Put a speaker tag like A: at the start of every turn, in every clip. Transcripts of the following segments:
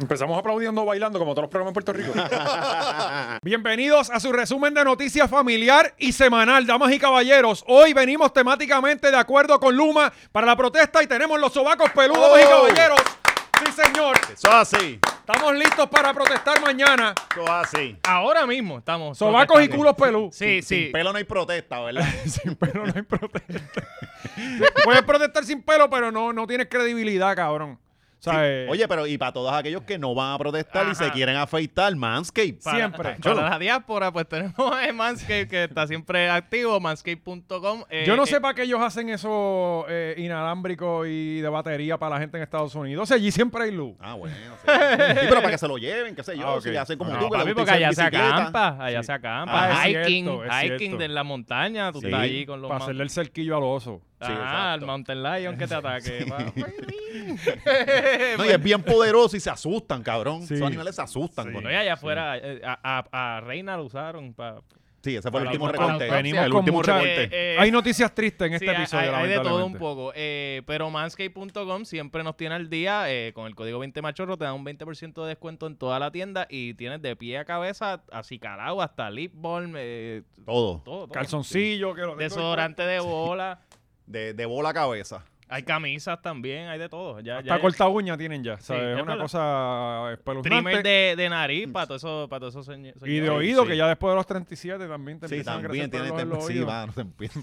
A: Empezamos aplaudiendo, bailando, como todos los programas en Puerto Rico. Bienvenidos a su resumen de noticias familiar y semanal, damas y caballeros. Hoy venimos temáticamente de acuerdo con Luma para la protesta y tenemos los sobacos peludos, damas y
B: Oh.
A: caballeros. Sí, señor.
B: Eso es así.
A: Estamos listos para protestar mañana.
B: Eso es así.
C: Ahora mismo estamos.
A: Sobacos y
C: protestando.
A: culos peludos.
B: Sin
C: Sí, sí.
B: pelo no hay protesta, ¿verdad?
A: Sin pelo no hay protesta. Puedes protestar sin pelo, pero no, no tienes credibilidad, cabrón. O sea, eh,
B: Oye, pero y para todos aquellos que no van a protestar y se
C: Ajá.
B: quieren afeitar, Manscaped.
C: Para-
A: siempre.
C: Para,
A: Cholo.
C: la diáspora, pues tenemos a Manscape que está siempre activo, manscape.com. eh,
A: yo no
C: eh,
A: sé para qué ellos hacen eso eh, inalámbrico y de batería para la gente en Estados Unidos. O sea, allí siempre hay luz.
B: Ah, bueno. sí. Sí, pero para que se lo lleven, qué sé yo.
A: Ah, ok.
B: Si hacen como
C: No,
B: tú, que
C: papi,
B: le gusta
C: porque
B: irse en
C: allá se
B: bicicleta.
C: acampa, allá
A: Sí.
C: se acampa.
A: Ah, es
C: hiking,
A: cierto, es
C: hiking
A: cierto.
C: de la montaña, tú
B: Sí.
C: estás allí con los
A: Para
C: ma-
A: hacerle el cerquillo al oso.
B: Sí,
C: Ah,
B: exacto.
C: el mountain lion que te ataque. pa-
B: No, y es bien poderoso y se asustan, cabrón.
A: Sí.
B: Esos animales se asustan.
A: Sí.
B: con
C: Bueno, y allá afuera eh, a, a- a Reina lo usaron para...
B: Sí, ese fue el
C: Para
B: último
C: la-
B: recorte.
C: para la
B: el
C: autopsia.
A: Venimos
B: último
A: con mucha-
B: recorte.
C: Eh,
A: hay noticias tristes en
C: Sí,
A: este
C: hay-
A: episodio,
C: hay, hay de todo un
A: lamentablemente.
C: poco. eh, pero manscape.com siempre nos tiene al día. eh, con el código 20machorro te dan un 20% de descuento en toda la tienda y tienes de pie a cabeza, así calado, hasta lip balm, eh,
B: Todo.
C: todo, todo.
A: Calzoncillo, que lo tengo-
C: Desodorante de bola.
B: De, de bola a cabeza.
C: Hay camisas también, hay de todo. Ya,
A: Hasta
C: ya-
A: corta uña tienen ya. ¿sabes?
C: ya
A: es una
C: está la-
A: cosa espeluznante.
C: Trimmer de, de nariz para todos esos para todos esos señ-
A: Y de
C: señores.
A: oído,
B: sí.
A: que ya después de los 37 también te
B: Sí,
A: empiezan
B: también
A: a crecer
B: tiene
A: pelos en los
B: Sí,
A: oídos.
B: va, no se empieza.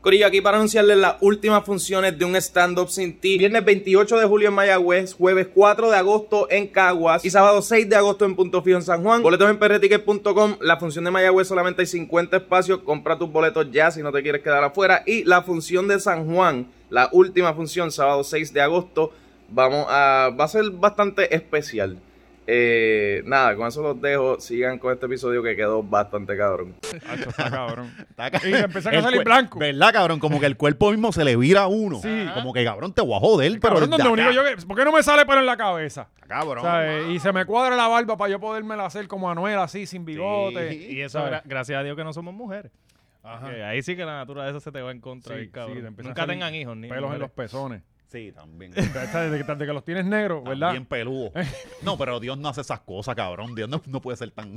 D: Corillo, aquí para anunciarles las últimas funciones de un stand-up sin ti. Viernes 28 de julio en Mayagüez, jueves 4 de agosto en Caguas y sábado 6 de agosto en Punto Fijo en San Juan. Boletos en prticket.com. La función de Mayagüez solamente hay 50 espacios. Compra tus boletos ya si no te quieres quedar afuera. Y la función de San Juan, la última función, sábado 6 de agosto. Vamos a. Va a ser bastante especial. Eh, nada, con eso los dejo. Sigan con este episodio que quedó bastante cabrón.
A: Hacho, está cabrón.
B: Está ca-
A: Y le empiezan a
B: El
A: salir
B: cue-
A: blancos.
B: ¿Verdad, cabrón? Como que el cuerpo mismo se le vira a uno.
A: Sí.
B: Como que, cabrón, te voy a joder, pero...
A: Cabrón, donde
B: de
A: único
B: acá,
A: yo que- ¿Por qué no me sale pelo en la cabeza?
B: Cabrón.
A: ¿Sabes? Y se me cuadra la barba para yo podérmela hacer como Anuel, así, sin bigote.
B: Sí.
C: Y eso,
A: ¿sabes?
C: gra- gracias a Dios que no somos mujeres. Que ahí sí que la naturaleza se te va en contra.
A: Sí,
C: bien cabrón.
A: sí, te empiezan a
C: Nunca
A: salir
C: tengan hijos ni
A: Pelos en los
C: mujeres.
A: pezones.
B: Sí, también.
A: Esta, Desde que, desde que los tienes negros, ¿verdad?
B: Bien peludo. No, pero Dios no hace esas cosas, cabrón. Dios no, no puede ser tan.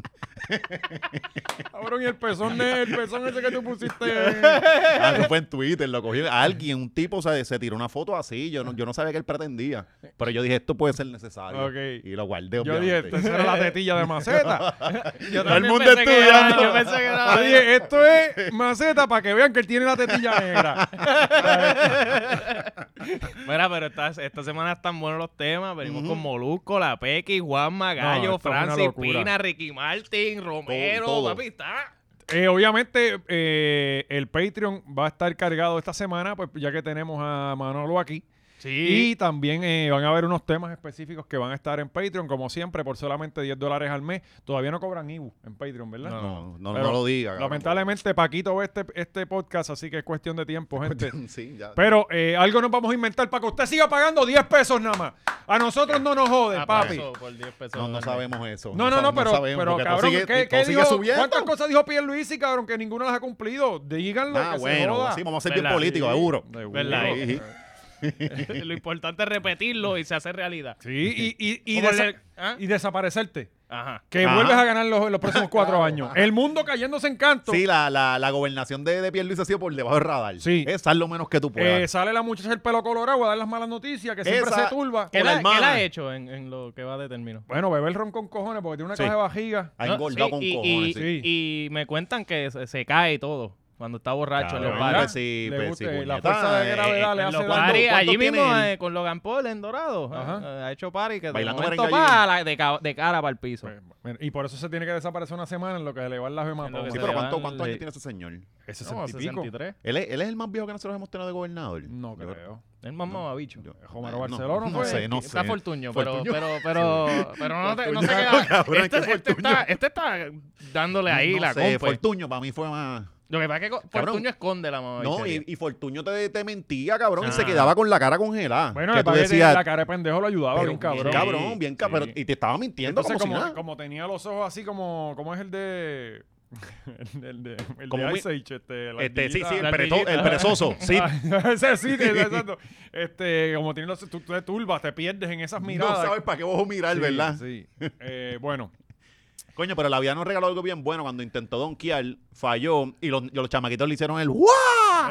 A: Cabrón, y el pezón, ne- el pezón ese que tú pusiste. eh.
B: Ah, eso fue en Twitter, lo cogió. Alguien, un tipo, se, se tiró una foto así. Yo no, yo no sabía que él pretendía. Pero yo dije, esto puede ser necesario.
A: Ok.
B: Y lo guardé,
A: Yo dije,
B: obviamente.
A: esta era la tetilla de maceta.
C: Yo
B: Todo el
C: también
B: mundo
C: pensé que era-
B: estudiando.
C: Yo pensé que era
A: Yo dije, esto es maceta para que vean que él tiene la tetilla negra.
C: Mira, pero esta, esta semana están buenos los temas. Venimos con Molusco, La Pequi, Juan Magallo,
A: No, esto es una
C: Francis
A: locura.
C: Pina, Ricky Martin, Romero,
B: todo.
C: papi, está.
A: Eh, obviamente, eh, el Patreon va a estar cargado esta semana, pues ya que tenemos a Manolo aquí.
C: Sí.
A: Y también eh, van a haber unos temas específicos que van a estar en Patreon, como siempre, por solamente 10 dólares al mes. Todavía no cobran IBU en Patreon, ¿verdad?
B: No, no, no,
A: Pero,
B: no lo diga. cabrón.
A: Lamentablemente, Paquito ve este, este podcast, así que es cuestión de tiempo, gente.
B: Sí, ya.
A: Pero eh, algo nos vamos a inventar para que usted siga pagando 10 pesos nada más. A nosotros no nos
C: Ah,
A: joden, papi.
C: Aplauso por 10 pesos.
B: no, no sabemos eso.
A: No, no, no,
B: sab-
A: pero,
B: sabemos,
A: pero
B: porque todo
A: cabrón,
B: sigue-
A: ¿qué,
B: todo
A: qué
B: sigue
A: dijo?
B: subiendo.
A: ¿Cuántas cosas dijo Pierluisi, cabrón, que ninguna las ha cumplido? Díganlo
B: Ah,
A: que se
B: bueno,
A: joda.
B: sí, vamos a ser bien
C: ¿Verdad?
B: políticos, seguro.
A: De
C: ¿Verdad?
A: uno.
B: Sí.
C: Lo importante es repetirlo y se hace realidad.
A: Sí, y, y, y,
C: Como el
A: desa-
C: de- ¿Ah?
A: y desaparecerte.
C: Ajá.
A: Que
B: Ajá.
A: vuelves a ganar los, los próximos cuatro años. El mundo cayéndose en canto.
B: Sí, la, la, la gobernación de, de Pierluisi ha sido por debajo del radar.
A: Sí.
B: Esa es lo menos que tú
A: Eh,
B: puedas.
A: sale la muchacha del pelo colorado a dar las malas noticias, que siempre
B: Esa-
A: se turba.
C: ¿Qué
B: la
C: la,
B: hermana.
C: qué la ha hecho en, en lo que va de término?
A: Bueno, bebe el ron con cojones porque tiene una
B: Sí. Ah,
A: caja de vajiga.
B: ha
C: No,
B: engordado
C: sí,
B: con
C: y,
B: cojones.
C: Y,
B: sí.
A: sí.
C: y me cuentan que se, se cae todo cuando está borracho en los
B: Cabrón,
C: bares.
B: pues sí,
A: Le
B: pues
A: gusta,
B: sí,
A: eh, la
B: puñeta,
A: fuerza de
B: eh,
A: gravedad le
C: en
A: hace
C: los
A: daño.
C: party,
B: ¿Cuánto
C: allí
B: tiene
C: mismo
B: él?
C: eh, con Logan Paul en Dorado
A: Ajá.
C: eh, ha hecho party que de
B: Bailando
C: momento
B: merengue allí.
C: pa, la- de, ca- de cara para el piso
A: Pues, mira, Y por eso se tiene que desaparecer una semana en lo que le van las
C: En lo
A: hematomas.
B: Sí,
C: que se
B: pero
C: le
B: ¿cuánto-
C: van-
B: ¿cuántos
C: le-
B: años tiene ese señor?
A: Es
C: No,
A: 60 y pico.
C: 63.
B: ¿Él es, él es el más viejo que nosotros hemos tenido de gobernador.
A: No
B: Yo-
A: creo.
C: el más mamabicho
B: yo-
A: Romero
B: eh,
A: Barcelona,
B: No,
A: pues,
B: sé, no sé.
C: está fortuño, pero,
B: Fortuño.
C: pero, pero, pero no, te, no se
B: Fortuño,
C: queda.
B: cabrón,
C: este,
B: ¿qué
C: este
B: Fortuño?
C: está, este está dándole ahí
B: No
C: la
B: sé,
C: compa.
B: Fortuño para mí fue más...
C: Lo que pasa es que co-
B: Cabrón.
C: Fortuño esconde la mamá.
B: No, y, y Fortuño te, te mentía, cabrón, y se
C: Ah.
B: quedaba con la cara congelada.
A: Bueno,
B: que
A: el
B: tú
A: padre
B: decías,
A: la cara de pendejo lo ayudaba,
B: pero
A: bien cabrón.
B: Bien cabrón, bien
A: Sí.
B: cabrón. Y te estaba mintiendo
A: Entonces,
B: como,
A: como,
B: si nada.
A: como tenía los ojos así como, como es el de El, el de, el
B: Como
A: de
B: muy-
A: Ice Age, este, la
B: Este, sí,
A: ardillita.
B: sí, el,
C: la
B: perezo-
C: ardillita.
B: el perezoso. Sí.
A: Ah, ese sí, que- exacto. Este, como tiene los, tú tú te turbas, te pierdes en esas
B: No
A: miradas.
B: sabes para qué vos mirar,
A: Sí,
B: ¿verdad?
A: Sí. Eh, bueno,
B: Coño, pero la vida nos regaló algo bien bueno cuando intentó donkear, falló y los, y los chamaquitos le hicieron el ¡guau!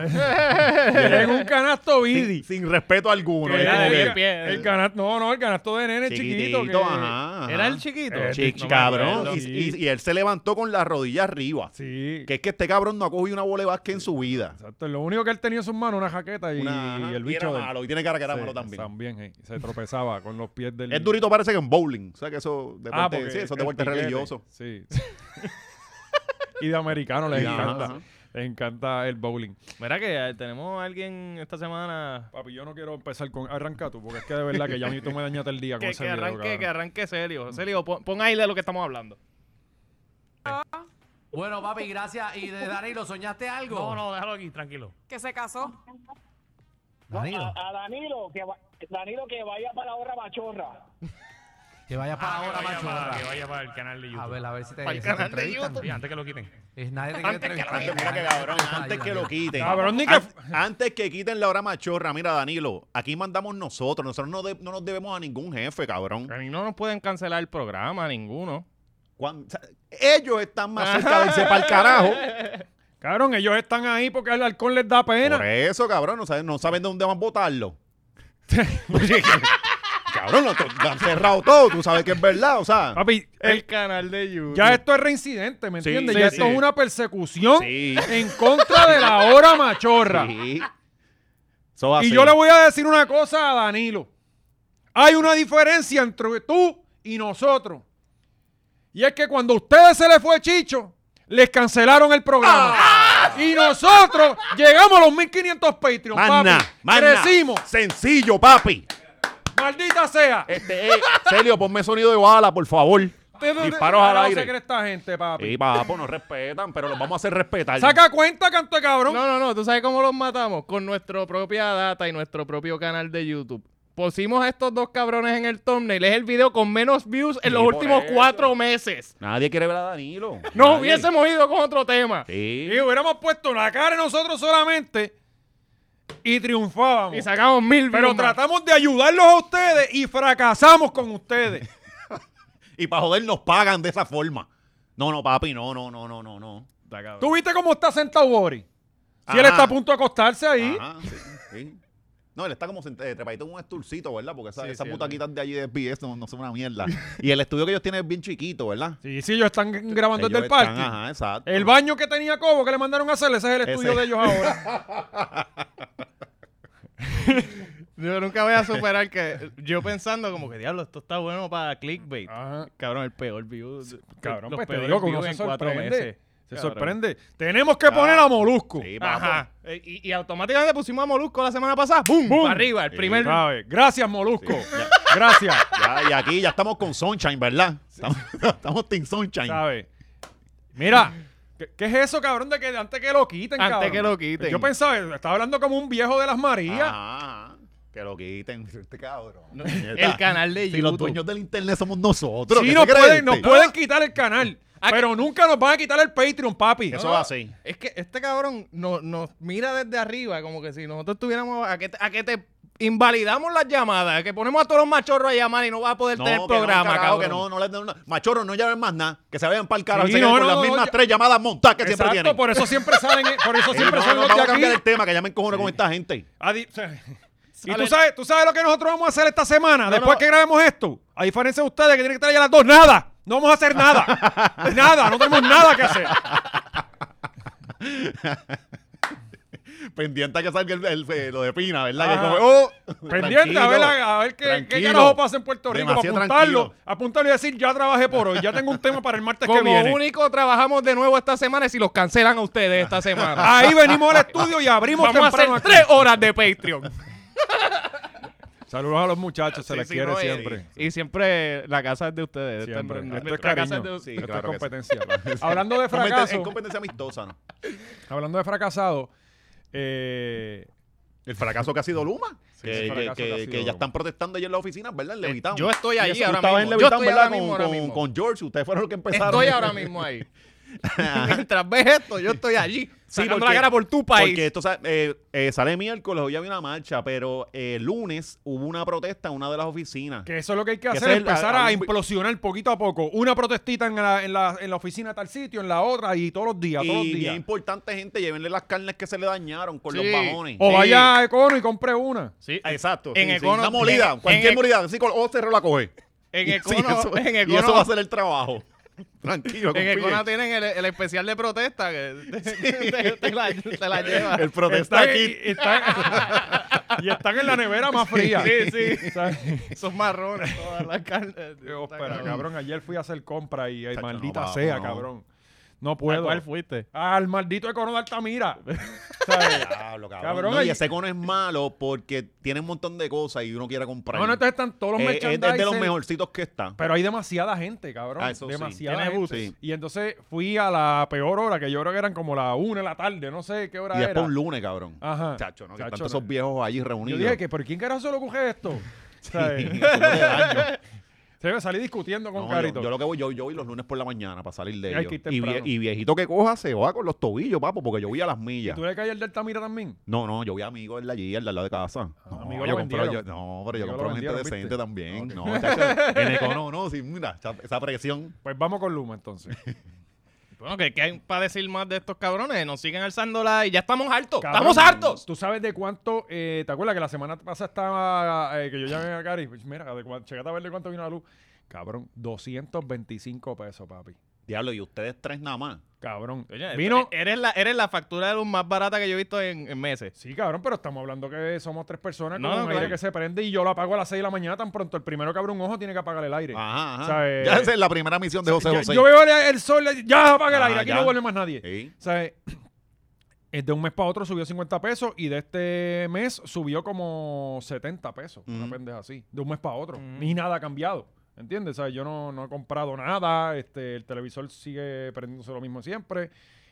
A: en un canasto Bidi.
B: sin, sin respeto alguno.
A: Que
B: es
A: era
B: como
A: de-
B: que-
C: el pie.
A: el canasto, no, no, el canasto de nene chiquito.
B: Chiquitito,
A: que-
B: ajá,
C: ¿Era
B: ajá.
C: el chiquito?
A: Eh,
B: Chi-
C: No me
B: cabrón.
C: acuerdo.
B: Y, y- y él se levantó con la rodilla arriba.
A: Sí.
B: Que es que este cabrón no ha cogido una bola de básquet en su vida.
A: Exacto. Lo único que él tenía en sus manos una jaqueta y,
B: Una-
A: y
B: ajá,
A: el
B: y era
A: bicho de él.
B: malo, y tiene cara que era
A: Sí,
B: malo también.
A: También, eh, se tropezaba con los pies del.
B: Es durito parece que en bowling. O sea que eso deporte,
A: Ah, porque
B: sí, eso es
A: el
B: deporte
A: piquete,
B: religioso.
A: Sí. y de americano les
B: Y ajá,
A: encanta.
B: ajá.
A: Les encanta el bowling.
C: Mira que eh, tenemos a alguien esta semana...
A: Papi, yo no quiero empezar con. Arranca tú, porque es que de verdad que ya a mí tú me dañaste el día con
C: Que,
A: ese
C: que
A: video,
C: arranque,
A: cabrón.
C: que arranque serio. Serio, pon, pon ahí de lo que estamos hablando.
E: Bueno, papi, gracias. ¿Y de Danilo soñaste algo?
F: No, no, déjalo aquí, tranquilo.
G: que se casó.
E: Danilo,
F: Ah,
H: A, a Danilo, que va- Danilo que vaya para la hora machorra.
E: que vayas para ahora,
F: Ah, que, vaya
E: macho.
F: para, que
E: ahora.
F: vaya para el canal de YouTube.
E: A ver, a ver si te,
C: Para el
E: si te
C: canal de
E: entrevistan.
F: Sí, antes que lo quiten.
E: Es nadie te quiere entrevistar.
B: Antes, Ah, mira que cabrón, antes que lo quiten.
A: Cabrón, Ah, ni que-
B: An- Antes que quiten la hora machorra, mira, Danilo, aquí mandamos nosotros. Nosotros no, de- no nos debemos a ningún jefe, cabrón.
C: A mí no nos pueden cancelar el programa, ninguno.
B: Cuan- o sea, ellos están más cerca de irse para el carajo.
A: Cabrón, ellos están ahí porque el alcohol les da pena.
B: Por eso, cabrón, no saben, no saben de dónde van a votarlo. cabrón, lo, lo han cerrado todo, tú sabes que es verdad, o sea.
A: Papi, el-
C: El canal de YouTube.
A: ya esto es reincidente, ¿me
B: Sí,
A: entiendes?
B: sí,
A: ya esto
B: sí.
A: es una persecución
B: Sí.
A: en contra de la hora machorra.
B: Sí. Eso va
A: Y
B: así.
A: yo le voy a decir una cosa a Danilo. Hay una diferencia entre tú y nosotros. Y es que cuando a ustedes se les fue Chicho, les cancelaron el programa.
B: Ah.
A: Y nosotros llegamos a los 1500 Patreon, papi.
B: Magna, magna.
A: Crecimos.
B: Sencillo, papi.
A: Maldita sea.
B: Este, eh, Celio, ponme sonido de bala, por favor.
A: Ustedes de-
B: Disparos al
A: carajo se cree
B: aire.
A: esta gente, papi.
B: Y papo, nos respetan, pero los vamos a hacer respetar.
A: Saca cuenta, canto de cabrón.
C: No, no, no. ¿Tú sabes cómo los matamos? Con nuestra propia data y nuestro propio canal de YouTube. Pusimos a estos dos cabrones en el thumbnail. Es el video con menos views en los
B: por
C: últimos
B: eso.
C: cuatro meses.
B: Nadie quiere ver a Danilo.
C: Nos
B: Nadie.
C: hubiésemos ido con otro tema.
B: Sí.
A: Y hubiéramos puesto la cara nosotros solamente y triunfábamos.
C: Y sacamos mil views.
A: Pero
C: más.
A: tratamos de ayudarlos a ustedes y fracasamos con ustedes.
B: Y para joder nos pagan de esa forma. No, no, papi, no, no, no, no, no, no.
A: ¿Tú viste cómo está sentado Boris? Si él
B: Ajá.
A: está a punto de acostarse ahí.
B: Ajá, sí, sí. No, él está como sent- eh, trepadito en un estulcito, ¿verdad? Porque esa,
C: Sí,
B: esas
C: sí,
B: butaquitas de allí de SBS no, no son una mierda. y el estudio que ellos tienen es bien chiquito, ¿verdad?
A: Sí, sí, ellos están grabando
B: Ellos
A: desde el
B: están-
A: parque.
B: Ajá, exacto.
A: El baño que tenía Cobo que le mandaron a hacerle, ese es el
B: Ese.
A: estudio de ellos ahora.
C: Yo nunca voy a superar que yo pensando como que diablo, esto está bueno para clickbait.
A: Ajá.
C: Cabrón, el peor view.
A: Cabrón,
C: los
A: pues te
C: peores
A: digo que uno
C: views
A: se
C: en cuatro
A: sorprende.
C: meses.
A: Se
C: Cabrón.
A: sorprende. Tenemos que poner a Molusco.
B: Sí, papo.
C: Ajá. Eh, Y, y automáticamente pusimos a Molusco la semana pasada. ¡Bum!
A: ¡Bum!
C: Para arriba, el primer.
A: ¿Sabes? Gracias, Molusco.
B: Sí, ya.
A: Gracias.
B: Ya, Ah, y aquí ya estamos con Sunshine, ¿verdad? Estamos, estamos Team Sunshine.
A: ¿Sabes? Mira, ¿qué, qué es eso, cabrón? De que antes que lo quiten,
C: Antes
A: cabrón?
C: que lo quiten.
A: Yo pensaba, estaba hablando como un viejo de las Marías.
B: Ah, Ajá. Que lo quiten, este cabrón.
C: El canal de
B: Si
C: YouTube.
B: los dueños del internet somos nosotros.
A: sí,
B: ¿qué
A: nos
B: te crees? ¿Ah?
A: pueden, nos pueden quitar el canal. pero nunca nos van a quitar el Patreon, papi.
B: Eso va así.
C: Es que este cabrón no- nos mira desde arriba, como que si nosotros estuviéramos. ¿A que te, a que te invalidamos las llamadas? ¿A que ponemos a todos los machorros a llamar y no vas a poder tener
B: que
C: programa,
B: no, carajo,
C: cabrón.
B: que no, no les den una- Machorro, no llamen más nada. Que se vayan para el carajo.
A: Sí,
B: se
A: no,
B: queden
A: no,
B: con las
A: no,
B: mismas
A: ya-
B: tres llamadas montadas que siempre
A: Exacto,
B: tienen.
A: por eso siempre salen, eh, por eso
B: Sí,
A: siempre
B: no,
A: son
B: no,
A: los de
B: vamos a cambiar el
A: aquí.
B: tema, que ya me encojono con esta gente.
A: Adi- y tú sabes, tú sabes lo que nosotros vamos a hacer esta semana, después que grabemos esto. A diferencia de ustedes que tienen que estar allá a las dos, nada. No vamos a hacer nada. nada, no tenemos nada que hacer.
B: Pendiente a que salga el, el- eh, lo de Pina, ¿verdad? Que
A: Ajá.
B: como, oh,
A: Pendiente, a ver, a, a ver qué, qué
B: tranquilo.
A: carajo pasa en Puerto Rico para
B: Demasiado
A: apuntarlo,
B: tranquilo.
A: apuntarlo y decir, ya trabajé por hoy, ya tengo un tema para el martes
C: Como
A: que viene.
C: único trabajamos de nuevo esta semana es si los cancelan a ustedes esta semana.
A: Ahí venimos al estudio y abrimos
C: Vamos a hacer
A: temprano aquí.
C: tres horas de Patreon.
A: Saludos a los muchachos, se
C: Sí,
A: les
C: sí,
A: quiere
C: no, y-
A: siempre.
C: Y siempre la casa es de ustedes.
A: Siempre.
C: Esta-
A: Esto es
C: la casa
A: cariño.
C: de-
B: Sí,
A: Esto
B: claro
A: es
B: que sí.
A: competencia. Hablando de
B: Competencia-
A: fracaso,
B: Es competencia amistosa, ¿no?
A: hablando de fracasado, eh,
B: El fracaso que ha sido Luma.
A: Sí,
B: que,
A: sí, el
B: que-
A: fracaso
B: que-
A: que ha
B: que
A: sido
B: ya
A: Luma.
B: están protestando allí en la oficina, ¿verdad? En Levitown.
C: Eh, yo estoy
B: Y
C: ahí
B: eso, tú
C: ahora
B: estabas
C: mismo.
B: en
C: Yo
B: Levitown,
C: estoy
B: ¿verdad?
C: ahora mismo,
B: Con,
C: ahora
B: con-
C: mismo.
B: con George. Ustedes fueron los que empezaron.
C: Estoy ahora mismo ahí. Mientras ves esto, yo estoy allí. sacando
B: porque-
C: la cara por tu país.
B: Porque esto sa- eh, eh, sale miércoles, hoy había una marcha, pero eh, lunes hubo una protesta en una de las oficinas.
A: Que eso es lo que hay que,
B: Que
A: hacer,
B: ese es el-
A: empezar a,
B: algún-
A: implosionar poquito a poco. Una protestita en la, en, la, en la oficina de tal sitio, en la otra, y todos los días, todos los
B: Y bien
A: días.
B: importante, gente, llévenle las carnes que se le dañaron con los
C: Sí.
B: bajones.
A: O
C: Sí.
A: vaya a Econo y compre una.
C: Sí,
B: Ah, Exacto.
C: En
B: sí, sí.
C: Econo-
B: Una molida,
C: en-
B: cualquier
C: en-
B: molida. Sí, con- o cerró la coge.
C: en
B: Y- sí,
C: Econo,
B: eso-
C: en
B: Y
C: Econo-
B: eso va a ser el trabajo. Tranquilo,
C: En
B: confíen.
C: Econa tienen el, el especial de protesta que te, te- te la, te la lleva.
B: El protesta
A: Están-
B: aquí.
A: y, están, y están en la nevera más fría.
C: Sí, sí.
A: ¿Sabes?
C: Son marrones todas las carnes.
A: Dios,
C: Está
A: espera, cabrón. Ayer fui a hacer compra y ay,
B: Chacho,
A: maldita
B: no, papo,
A: sea,
B: no.
A: cabrón. No
C: ¿A
A: puedo.
C: cuál fuiste?
A: Al maldito Econo de Altamira. ¿Sabes?
B: Diablo, cabrón.
A: Cabrón,
B: No,
A: ahí-
B: y ese cono es malo porque tiene un montón de cosas y uno quiere comprar.
A: No, no, entonces están todos este los
B: Eh, es, es
A: merchandisers.
B: de los mejorcitos que está.
A: Pero hay demasiada gente, cabrón.
B: Ah, eso sí.
A: demasiada
B: Tiene
A: gente.
B: buses.
A: Y entonces fui a la peor hora, que yo creo que eran como las una de la tarde, no sé qué hora
B: y es
A: era.
B: por un lunes, cabrón.
A: Ajá.
B: Chacho, ¿no? Que
A: Chacho,
B: están todos
A: no.
B: esos viejos allí
A: yo
B: reunidos.
A: dije que, ¿por quién carajo se le ocurre esto?
B: Sí,
A: ¿Sabes?
B: eso no te daño.
A: Se me salí discutiendo con
B: No,
A: Carito.
B: yo, yo lo que voy, yo, yo voy los lunes por la mañana para salir de
A: Y hay
B: ellos.
A: que ir
B: Y, vie-
A: temprano.
B: y viejito que coja se va con los tobillos, papo, porque yo voy a las millas.
A: ¿Tú le caes al Delta Mira también?
B: No, no, yo voy a amigos en la allí, al de al lado de casa. No,
A: Ah, amigo, lo
B: yo compro, yo-
A: vendieron.
B: no, pero yo
A: Amigo, lo
B: compro con gente
A: vendieron, ¿viste?
B: decente también. No, chacho, en Econo, no, sí, mira, esa, esa presión.
A: Pues vamos con Luma entonces.
C: Bueno, que, hay para decir más de estos cabrones. Nos siguen alzándola y ya estamos hartos.
A: Cabrón,
C: ¡Estamos hartos!
A: ¿Tú sabes de cuánto? eh, ¿Te acuerdas que la semana pasada estaba eh, que yo llamé a Cari? pues, Mira, de cuán- checate a ver de cuánto vino la luz. Cabrón, 225 pesos, papi.
B: Diablo, y ustedes tres nada más.
A: Cabrón.
C: Oye, eh,
A: vino.
C: Eres la, eres la factura de luz más barata que yo he visto en, en meses.
A: Sí, cabrón, pero estamos hablando que somos tres personas
C: No,
A: con un
C: claro.
A: aire que se prende y yo lo apago a las 6 de la mañana tan pronto. El primero que abre un ojo tiene que apagar el aire.
C: Ah,
B: Ajá, ajá.
A: ¿Sabes?
B: Ya esa es la primera misión de José
A: Ya-
B: José.
A: Yo veo el, el sol, ya apaga el
B: Ah,
A: aire, aquí
B: ya.
A: no vuelve más nadie.
B: Sí.
A: ¿Sabes? Es Eh, de un mes para otro subió 50 pesos y de este mes subió como 70 pesos. Una
B: Ujú.
A: pendeja así. De un mes para otro.
C: Ujú.
A: Ni nada ha cambiado. ¿Entiendes? ¿Sabes? Yo no, no he comprado nada. Este, el televisor sigue prendiéndose lo mismo siempre.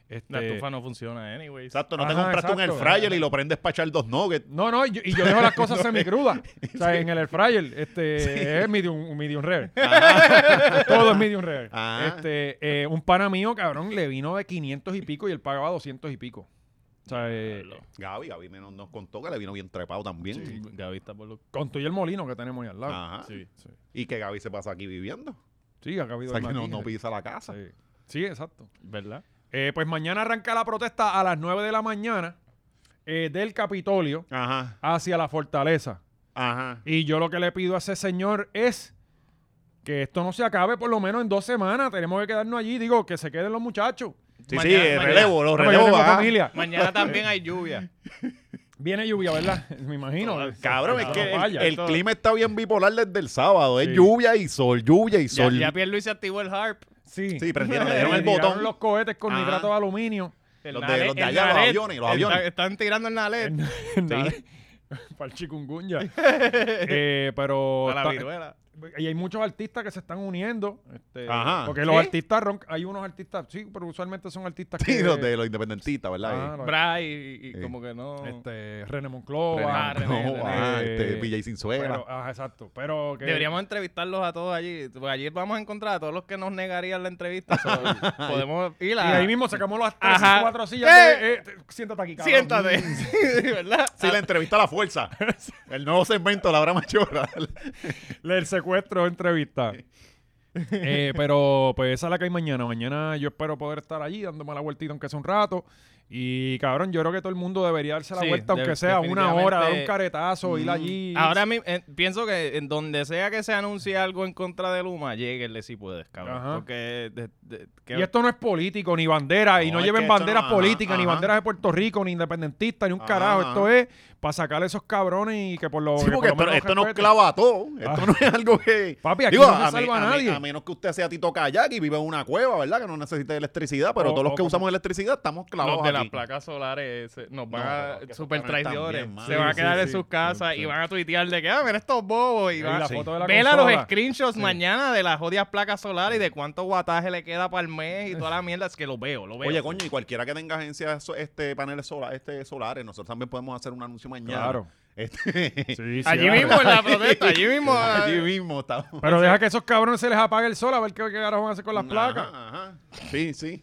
A: Este,
C: La estufa no funciona, anyway.
B: Exacto, no te
A: Ajá,
B: compraste un air
A: exacto.
B: fryer y lo prendes para echar dos nuggets.
A: No, no, y yo, y yo dejo las cosas semicrudas. O sea, en el air fryer, este, es medium, medium rare. Todo es medium rare.
B: Ah.
A: Este, eh, un pana mío, cabrón, le vino de 500 y pico y él pagaba 200 y pico. O sea, eh,
B: Gaby, Gaby me- nos contó que le vino bien trepado también.
C: Gaby está por lo...
A: con todo y el molino que tenemos ahí al lado.
B: Ajá.
A: Sí, sí.
B: Y que Gaby se pasa aquí viviendo.
A: Sí, acá ha
B: O
A: habido
B: sea,
A: el
B: que no,
A: maquinaria.
B: no pisa la casa.
A: Sí. Sí, exacto.
C: ¿Verdad?
A: Eh, pues mañana arranca la protesta a las 9 de la mañana eh, del Capitolio
B: Ajá,
A: hacia la fortaleza.
B: ajá.
A: Y yo lo que le pido a ese señor es que esto no se acabe por lo menos en dos semanas. Tenemos que quedarnos allí. Digo, que se queden los muchachos.
B: Sí,
C: Mañana-
B: sí, el
C: mañana-
B: relevo, ¿ah? los
A: No, pero yo
B: relevos.
A: tengo
B: ajá.
A: familia.
C: Mañana también hay lluvia.
A: Viene lluvia, ¿verdad? Me imagino.
B: Cabrón, es
A: Claro,
B: que el,
A: vaya.
B: el clima está bien bipolar desde el sábado. Es
A: Sí.
B: lluvia y sol, lluvia y
C: Ya,
B: sol.
C: ya Pierluisi activó el harp.
A: Sí.
B: Sí, prendieron, le
A: Le
B: dieron el
A: tiraron
B: botón.
A: los cohetes con
B: Ajá.
A: nitrato de aluminio.
C: El
B: Los de-
C: nale-
B: los de
C: el
B: allá, los
C: nalet.
B: aviones, los
C: Está-
B: aviones.
C: Están tirando el nalet.
A: Para el chikungunya. Eh, pero...
C: A la
A: está-
C: viruela.
B: ¿eh?
A: y hay muchos artistas que se están uniendo. este,
B: Ajá.
A: Porque los
C: ¿Sí?
A: artistas... ron- Hay unos artistas... Sí, pero usualmente son artistas
B: Sí,
A: que...
B: los de los independentistas,
A: Ah,
B: ¿verdad?
A: los-
C: Bra y, y- y
B: Sí.
C: como que no.
A: este, René
C: René
A: Moncloa.
C: Ah, René,
B: no,
C: René.
B: ah, este,
A: Eh,
B: PJ sin suegra.
A: Pero, ajá, exacto. Pero que
C: Deberíamos entrevistarlos a todos allí. Porque allí vamos a encontrar a todos los que nos negarían la entrevista. So, podemos ir
A: Y
C: a.
A: ahí mismo sacamos las tres
C: Ajá.
A: y cuatro sillas.
C: ¿Qué?
A: de- eh, te- siéntate aquí, cabrón. Mm.
C: Siéntate. Sí, ¿Verdad?
B: Sí, la entrevista a la fuerza. El nuevo segmento, la hora machorra.
A: El secuestro, entrevista. Eh, pero pues esa es la que hay mañana. Mañana yo espero poder estar allí dándome la vueltita aunque sea un rato. Y cabrón, yo creo que todo el mundo debería darse la
C: Sí,
A: vuelta aunque
C: de-
A: sea una hora, dar un
C: definitivamente.
A: caretazo,
B: Mm,
A: ir allí.
C: Ahora mismo, eh, pienso que en donde sea que se anuncie algo en contra de Luma, lleguenle si puedes, cabrón.
A: Ajá.
C: Porque. de- de- que-
A: Y esto no es político, ni bandera, y
B: No,
A: no
B: es
A: lleven
B: que esto
A: banderas
B: no- ajá,
A: políticas, ni
B: ajá.
A: banderas de Puerto Rico, ni independentistas, ni un
B: Ajá,
A: carajo.
B: ajá.
A: Esto es para sacarle esos cabrones y que por lo
B: Sí,
A: que por
B: porque
A: lo
B: esto,
A: menos
B: esto nos
A: respeten.
B: clava a todos. Esto no es algo que.
A: Papi, aquí no se salva a nadie.
B: a menos que usted sea Tito Kayak y viva en una cueva, ¿verdad? Que no necesite electricidad, pero
A: O-
B: todos los
A: o
B: que
A: como-
B: usamos electricidad estamos clavados.
C: los de las
B: aquí.
C: placas solares se- nos van
B: No,
C: a
B: pero que esos
C: super
B: cabrones están
C: traidores.
B: bien mal.
C: se van a
B: Sí,
C: quedar
B: sí,
C: en
B: sí.
C: sus casas
B: Sí,
C: y
B: sí.
C: van a tuitear de que, ah, mira estos bobos. Y
A: Y
C: van
A: la
C: sí.
A: foto de la
C: Vela los
A: consola.
C: screenshots mañana de las jodidas placas solares y de cuánto guataje le queda para el mes y toda la mierda. Es que lo veo, lo veo.
B: Oye, coño, y cualquiera que tenga agencias so- este, paneles sola- este, solares, nosotros también podemos hacer un anuncio mañana.
A: Claro.
B: Este-
A: Sí, sí,
C: allí
A: ahora.
C: mismo en la protesta, allí mismo.
B: Allí
C: eh,
B: mismo estamos.
A: Pero deja que esos cabrones se les apague el sol a ver qué, qué carajo van a hacer con las placas.
B: Ajá, ajá. Sí, sí.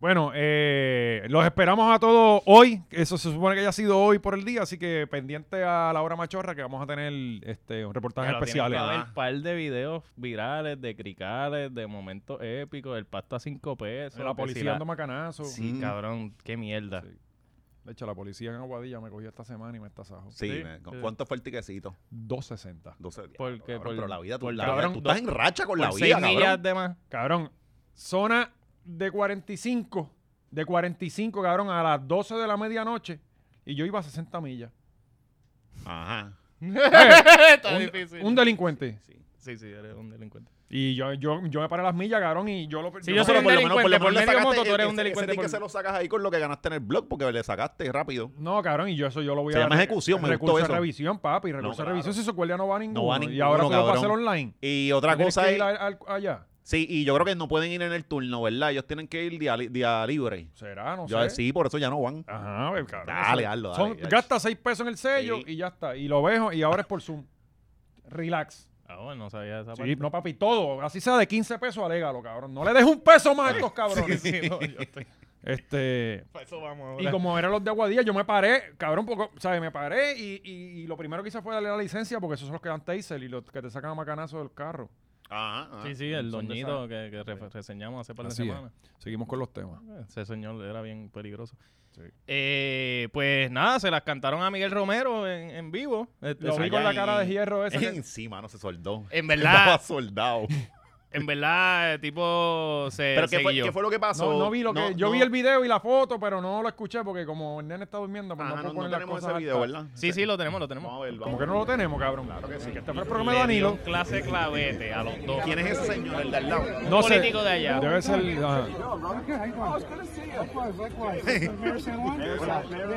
A: Bueno, eh, los esperamos a todos hoy. Eso se supone que ya ha sido hoy por el día, así que pendiente a la hora machorra que vamos a tener este, un reportaje
C: Pero
A: especial.
C: tienen que haber un par de videos virales, de cricales, de momentos épicos, del pasto a cinco pesos.
A: Ah, La
C: que si
A: policía
C: la-
A: anda macanazo.
C: Sí,
B: Mm.
C: cabrón, qué mierda.
A: Sí. De hecho, la policía en Aguadilla me cogió esta semana y me está sajo.
B: Sí,
C: Sí,
B: me-
C: sí.
B: ¿cuánto fue el tiquecito?
A: 260.
B: 12
C: Porque
B: cabrón,
C: por-
B: pero la vida, tú,
C: por
B: la
C: cabrón,
B: vida- tú estás en racha con la
C: Por seis
B: vida, cabrón.
C: millas de más.
A: Cabrón, zona de 45, de 45, cabrón, a las 12 de la medianoche y yo iba a 60 millas. Eh,
B: Ajá.
C: Está
A: Un- Un delincuente.
C: Sí, sí, eres un delincuente.
A: Y yo, yo, yo me paré a las millas, cabrón, y yo lo...
C: Sí,
A: yo
C: yo
A: lo-
C: soy un
B: por lo menos, por
C: delincuente,
B: lo
C: por
B: menos le
C: medio
B: sacaste
C: moto tú eres
B: ese-
C: un
B: ese
C: delincuente
B: ticket
C: por-
B: se lo sacas ahí con lo que ganaste en el blog porque le sacaste rápido.
A: No, cabrón, y yo eso yo lo voy
B: Se
A: a...
B: llama ejecución, me gustó
A: recurso de
B: eso.
A: revisión, papi, recurso de
B: claro.
A: revisión, si su cuerda no va a ninguno.
B: va a
A: y
B: ninguno,
A: ahora todo va a
B: cabrón.
A: hacer online.
B: Y otra
A: Tienes
B: cosa
A: que
B: es...
A: ir al- al- allá.
B: Sí, y yo creo que no pueden ir en el turno, ¿verdad? Ellos tienen que ir día, li- día libre.
A: ¿Será? No
B: Yo,
A: sé.
B: sí, por eso ya no van.
A: Ajá, pues, cabrón.
B: Dale,
A: eso-
B: hazlo,
A: son-
B: dale, ya.
A: gasta 6 pesos en el sello
B: Sí.
A: y ya está. Y lo vejo y ahora es por Zoom. Relax.
C: Ah, bueno, no sabía esa
A: Sí, no, papi, todo. Así sea de 15 pesos, alégalo, cabrón. No le dejes un peso más a estos cabrones. Este.
C: eso vamos
A: Y como eran los de Aguadilla, yo me paré, cabrón, poco, ¿sabes? Me paré y, y, y lo primero que hice fue darle la licencia porque esos son los que dan taser y los que te sacan a macanazo del carro. Ah,
B: Ajá, ajá.
C: Sí, sí, el
A: Son de
C: doñito que, que re- reseñamos hace par de
A: Así es.
C: semanas. Eh,
A: Seguimos con los temas.
C: Ese señor era bien peligroso.
A: Sí.
C: Eh, pues nada, se las cantaron a Miguel Romero en, en vivo. Este,
A: Lo
C: sí,
A: vi
B: allá
A: con la
B: y-
A: cara de hierro ese. que-
B: Encima no se soldó.
C: En
B: Estaba
C: verdad,
B: soldado.
C: en verdad, eh, tipo se
B: Pero ¿qué
C: se
B: fue,
C: guilló.
B: qué fue lo que pasó?
A: Eh, no, no vi lo que.
B: No,
A: yo
B: no.
A: vi el video y la foto, pero no lo escuché porque como el nene está durmiendo, pues no
B: Ajá, no,
A: puedo
B: no
A: poner las
B: tenemos
A: cosas
B: ese video,
A: altas.
B: ¿verdad?
C: Sí, sí, lo tenemos, lo tenemos.
B: Vamos a ver,
A: Como
B: vamos
A: que no lo tenemos, cabrón.
B: Claro que sí.
A: Así que este fue el programa
C: Le
A: de
C: dio
A: Danilo.
C: un clase clavete a los dos.
B: ¿Quién es ese señor, el de al lado?
A: No sé.
C: político de allá.
A: Debe ser. ajá.
G: Hey,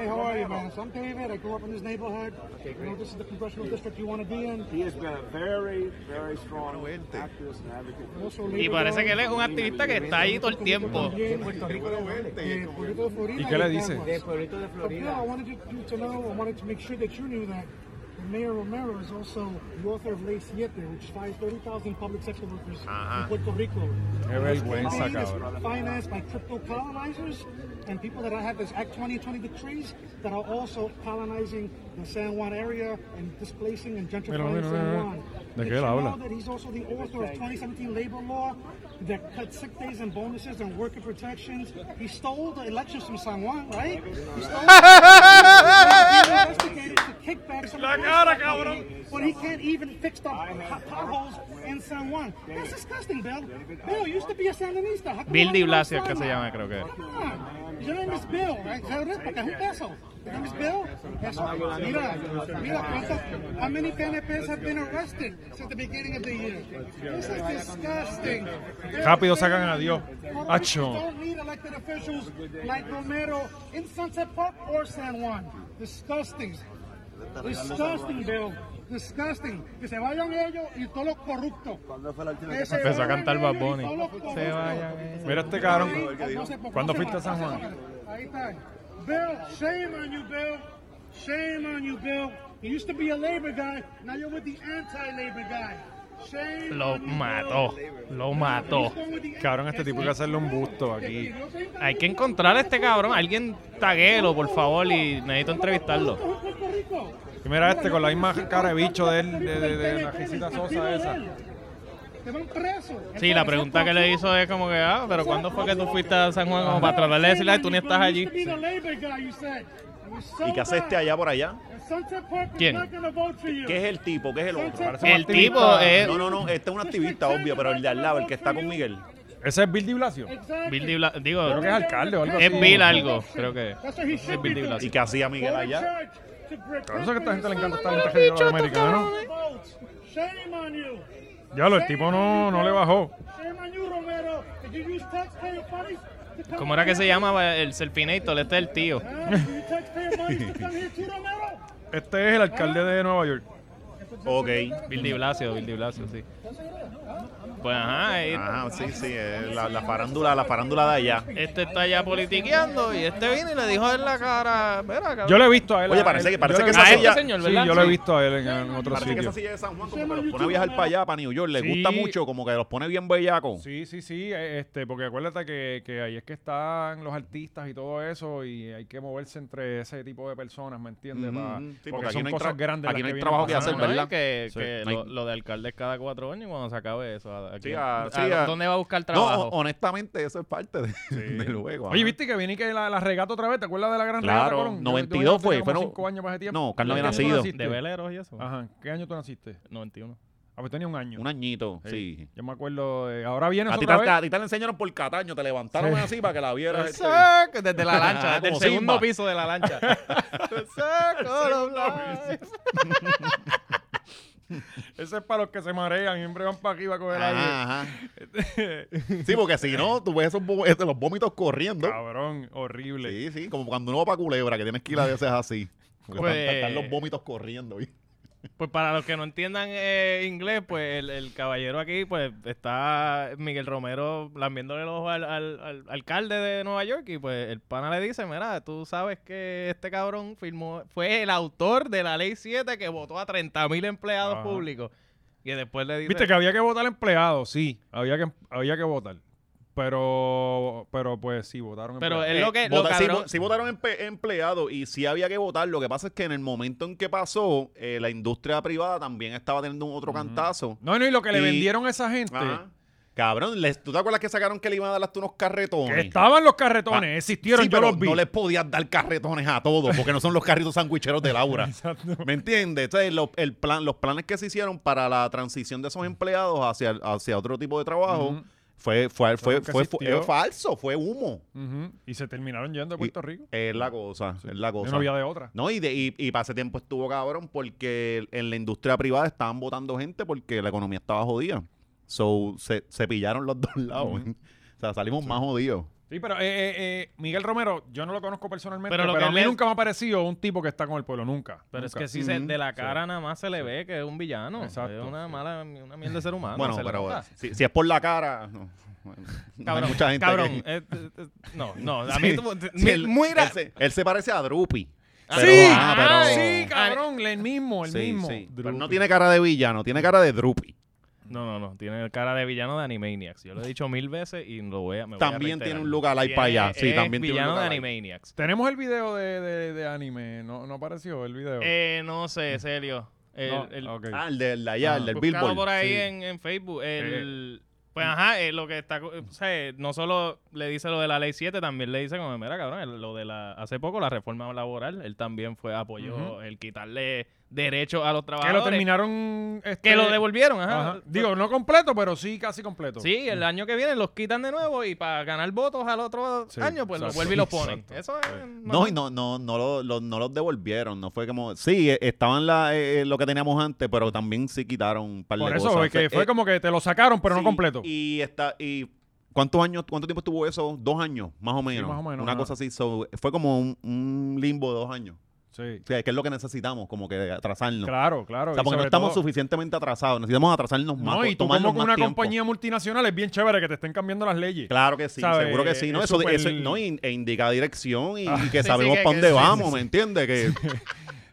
G: how are you, man? So I'm David. I grew up in this neighborhood. You know, this is the congressional district you want to be in. He has been a very, very strong activist and advocate.
C: Y parece que él es un activista que está ahí todo el tiempo.
A: ¿Y qué le dice?
G: Florida. I wanted you to know, I wanted to make sure that you knew that Mayor Romero is also the author of Ley Siete, which fires 30,000 public sexual workers in Puerto Rico.
A: Qué vergüenza,
G: Campaign is
A: cabrón.
G: Financed by crypto colonizers and people that have this Act 2020 decrees that are also colonizing the San Juan area and displacing and gentrifying
A: Mira, mira,
G: San
A: mira.
G: Juan.
A: ¿De
G: Did
A: qué
G: you
A: él habla?
G: know that he's also the author of 2017 labor law that cut sick days and bonuses and worker protections. He stole the elections from San Juan, right? He stole investigated to kick back some
A: La
G: of the
A: cara,
G: police
A: cabrón.
G: company, But he can't even fix the po- potholes in San Juan. That's disgusting, Bill. Bill used to be a Sandinista. How come
C: Bill
G: you're
C: Di
G: not
C: Blasio es
G: on
C: que se
G: San Juan?
C: llama, creo que.
G: Come on. Your name is Bill, right? Zeurística, who eso? Your name is Bill? Eso. Mira, mira, cuántas- how many PNPs have been arrested since the beginning of the year? This is disgusting.
A: Rápido sacan a Dios. Acho.
G: Don't need elected officials like Romero in Sunset Park or San Juan. Disgusting. Disgusting, Bill. Disgusting. Que se vayan ellos y todos los corruptos. Que
C: Empezó
G: se
C: a
G: vayan
C: cantar
G: ellos
C: Bad
G: y
C: Bunny.
G: todos los
C: Se
G: corruptos.
C: vayan. eh.
A: Mira este cabrón. ¿Cuándo
G: ¿Cuándo
A: fuiste a San Juan?
G: Ahí está. Bill, shame on you, Bill. Shame on you, Bill. You used to be a labor guy, now you're with the anti-labor guy. Shame
C: Lo
G: on you, Bill.
C: mató. Lo mató.
A: Cabrón, este tipo hay que hacerle un busto aquí.
C: Hay que encontrar a este cabrón. Alguien taguelo, por favor, y necesito entrevistarlo.
A: Y mira este con la misma cara de bicho de él, de- de- de la Jesita Sosa esa.
G: Te van preso.
C: Sí, la pregunta que le hizo es como que, ah, pero ¿cuándo fue que tú fuiste a San Juan como para tratar de decirle, "Ay, tú ni estás allí?
B: ¿Y qué hace este allá por allá?
C: ¿Quién?
B: ¿Qué es el tipo? ¿Qué es el otro? Parece
C: El
B: un
C: tipo
B: activista.
C: es
B: No, no, no. Este es un activista, obvio, pero el de al lado, el que está con Miguel.
A: Ese es Bill Di Blasio.
C: Bill Di Bla- digo,
A: Creo que es alcalde o algo
C: Es
A: así.
C: Bill algo, creo que.
G: Es
C: Bill Di Blasio.
B: ¿Y qué hacía Miguel allá?
A: Por eso es que a esta gente le encanta estar en el territorio americano.
G: Shame on you.
A: Ya lo, el tipo no, no le bajó.
G: Shame on you, Romero. Did you use taxpayer monies to come
C: ¿Cómo era que se
G: here?
C: llamaba el Serpinator? Este es el tío.
G: Huh? Did you use taxpayer monies to come here too, Romero?
A: Este es el alcalde de Nueva York.
B: Ok.
C: Bill Di Blasio, Bill Di Blasio, sí. Pues ajá, ahí-
B: Ah, sí, sí, eh, la, la farándula, la farándula de allá.
C: este está ya politiqueando y este vino y le dijo en la cara, "Mira, cabrón".
A: Yo lo he visto a él.
B: Oye, parece
A: a él-
B: que- parece
A: yo
B: que
A: lo-
B: esa
A: a él-
B: silla-
C: señor,
A: sí,
C: ¿verdad?
A: yo lo he
C: Sí.
A: visto a él en, en otro
B: Parece que
A: sitio.
B: esa silla de San Juan como que los pone a viajar para allá, para New York. Les
A: Sí.
B: gusta mucho, como que los pone bien bellaco.
A: Sí, sí, sí, eh, este, porque acuérdate que, que ahí es que están los artistas y todo eso y hay que moverse entre ese tipo de personas, ¿me entiendes?
B: Ujú,
A: Pa-
B: ujú. Sí, porque
A: porque
B: aquí
A: son
B: no hay
A: cosas
B: tra-
A: grandes.
B: aquí
A: las
B: no hay
A: vienen
B: trabajo que
A: pasando.
B: hacer,
C: No,
B: ¿verdad?
C: no, y Que, que
B: no hay-
C: lo, lo de alcalde es cada Ah, cuatro años y cuando se acabe eso. ¿a- a
B: Sí,
C: quién-
B: a-
A: Ah,
C: a
B: sí, a-
C: ¿Dónde va a buscar
B: No,
C: trabajo?
B: honestamente, eso es parte de- ah, del juego.
A: Oye,
B: ajá.
A: ¿viste que viní que la, la regata otra vez? ¿Te acuerdas de la gran regata?
B: Claro,
A: Colón? Yo- yo
B: 92 fue,
A: tenía como
B: fueron-
A: cinco años para ese tiempo.
B: No, Carlos
A: ¿Qué
B: había
A: año tú
B: nacido.
A: naciste?
C: de veleros y eso.
A: Ajá, ¿qué año tú naciste?
C: 91.
A: Ah, pues tenía un año.
B: Un añito, sí.
A: Yo me acuerdo, de- ahora viene
B: A ti,
A: otra
B: te,
A: vez.
B: a ti te la enseñaron por Cataño, te levantaron así para que la vieras. este,
C: Sac, Desde la
B: Ajá,
C: lancha, desde el
B: como
C: segundo
B: Simba.
C: piso de la lancha. Sac, all of life.
A: Ese es para los que se marean y siempre van para arriba a coger aire.
B: Ajá, ajá. Sí, porque si no, tú ves esos vo- este, los vómitos corriendo.
A: Cabrón, horrible.
B: Sí, sí, como cuando uno va para Culebra, que tienes que ir a veces así. Porque
C: Pues-
B: están, están los vómitos corriendo. ¿viste?
C: Pues para los que no entiendan eh, inglés, pues el, el caballero aquí, pues está Miguel Romero lambiéndole el ojo al, al- al alcalde de Nueva York y pues el pana le dice, mira, tú sabes que este cabrón firmó, fue el autor de la ley 7 que votó a 30 mil empleados
A: Ajá.
C: públicos. Y después le dice...
A: Viste que había que votar empleados, sí, había que, había que votar. Pero, pero pues sí, votaron
C: Pero
A: empleados.
C: es lo que... lo
B: Vota- sí,
C: cabrón-
B: vo- sí votaron empe- empleados y sí había que votar. Lo que pasa es que en el momento en que pasó, eh, la industria privada también estaba teniendo un otro cantazo.
A: No, no, y lo que le
B: Y-
A: vendieron a esa gente,
B: Ajá. Cabrón, les- ¿tú te acuerdas que sacaron que le iban a dar hasta unos
A: que
B: carretones?
A: estaban los carretones,
B: Ah,
A: existieron,
B: sí,
A: yo
B: pero
A: los vi.
B: No les podías dar carretones a todos, porque no son los carritos sandwicheros de Laura. ¿Me entiendes? Entonces, lo- el plan, los planes que se hicieron para la transición de esos empleados hacia, hacia otro tipo de trabajo
A: Mm. Ujú.
B: fue, fue, fue,
A: nunca
B: fue,
A: existió.
B: fue falso, fue humo.
A: Ujú, Y se terminaron yendo a Puerto
B: Y-
A: Rico.
B: Es la cosa, es la
A: Yo
B: cosa.
A: no había de otra.
B: No, y, de, y, y para ese tiempo estuvo cabrón porque en la industria privada estaban votando gente porque la economía estaba jodida. So, se, se pillaron los dos lados. O sea, salimos más jodidos.
A: Sí, pero eh, eh, eh, Miguel Romero, yo no lo conozco personalmente,
C: Pero
A: pero,
C: lo que
A: a mí
C: él es-
A: nunca me ha parecido un tipo que está con el pueblo, nunca.
C: Pero es
A: nunca.
C: que sí, se- de la cara nada más se le ve que es un villano.
A: Exacto,
C: es una
A: sí.
C: mala, una mierda de ser
A: Ah,
C: humano.
B: bueno,
C: se le
B: pero
C: nota.
B: si, si es por la cara, no. No hay
C: Cabrón,
B: mucha gente
C: cabrón.
B: que-
C: eh, eh, eh, no, no, a mí... tú-
B: Sí,
C: mi-
B: él,
C: mira,
B: él se, él se parece a Drupi.
A: ¡Sí!
B: ah, pero-
A: ¡Sí, cabrón! El mismo, el
B: Sí,
A: mismo.
B: sí. Pero no
A: Drupi.
B: tiene cara de villano, tiene cara de Drupi.
C: No, no, no. Tiene cara de villano de Animaniacs. Yo lo he dicho mil veces y lo voy a. me voy a
B: También
C: reiterar.
B: tiene un lookalike para allá. Sí,
C: es
B: también tiene un
C: villano de
B: lookalike.
C: Animaniacs.
A: Tenemos el video de, de- de anime, no, no apareció el video.
C: Eh, no sé, Celio. El,
A: No,
C: el-
A: ok.
B: Ah, el del de allá, el del
C: buscado
B: Billboard.
C: por ahí
B: Sí.
C: en, en Facebook. El, Pues ajá, eh, lo que está. co- O sea, no solo le dice lo de la ley 7, también le dice como, mira, cabrón, el- lo de la. Hace poco la reforma laboral, él también fue apoyó
A: Ujú.
C: el quitarle derechos a los
A: que lo
C: trabajadores.
A: terminaron... este,
C: que lo devolvieron, Eh, ajá.
A: Ajá. Digo, no completo, pero sí casi completo.
C: Sí, el año que viene los quitan de nuevo y para ganar votos al otro
A: Sí,
C: año, pues los
A: exacto,
C: vuelve y los ponen.
A: exacto.
C: Eso es.
B: No, y no, no, no, lo- lo- no los devolvieron. No fue como. Sí, eh, estaban la, eh, lo que teníamos antes, pero también sí quitaron un par
A: Por
B: de
A: eso,
B: cosas.
A: es que fue
B: Eh,
A: como que te lo sacaron, pero no
B: sí,
A: completo.
B: Y está, y ¿cuántos años, cuánto tiempo estuvo eso? Dos años, más o menos.
A: más o menos,
B: Una
A: ajá.
B: cosa así. so, fue como un, un limbo de dos años.
A: Sí.
B: O sea, que es lo que necesitamos, como que atrasarnos.
A: Claro, claro.
B: O sea,
A: y
B: porque no
A: sobre
B: estamos
A: todo-
B: suficientemente atrasados. Necesitamos atrasarnos más. pues,
A: No, y tú
B: tomarnos
A: como con una
B: más tiempo.
A: compañía multinacional es bien chévere que te estén cambiando las leyes.
B: Claro que sí,
A: ¿Sabe?
B: seguro que sí. No,
A: Es
B: eso,
A: súper- Ah,
B: eso- no, y- e indica dirección y, y que
C: sí,
B: sabemos
C: que-
B: para
C: que-
B: dónde
C: sí,
B: vamos,
C: sí,
B: ¿me entiendes? Que,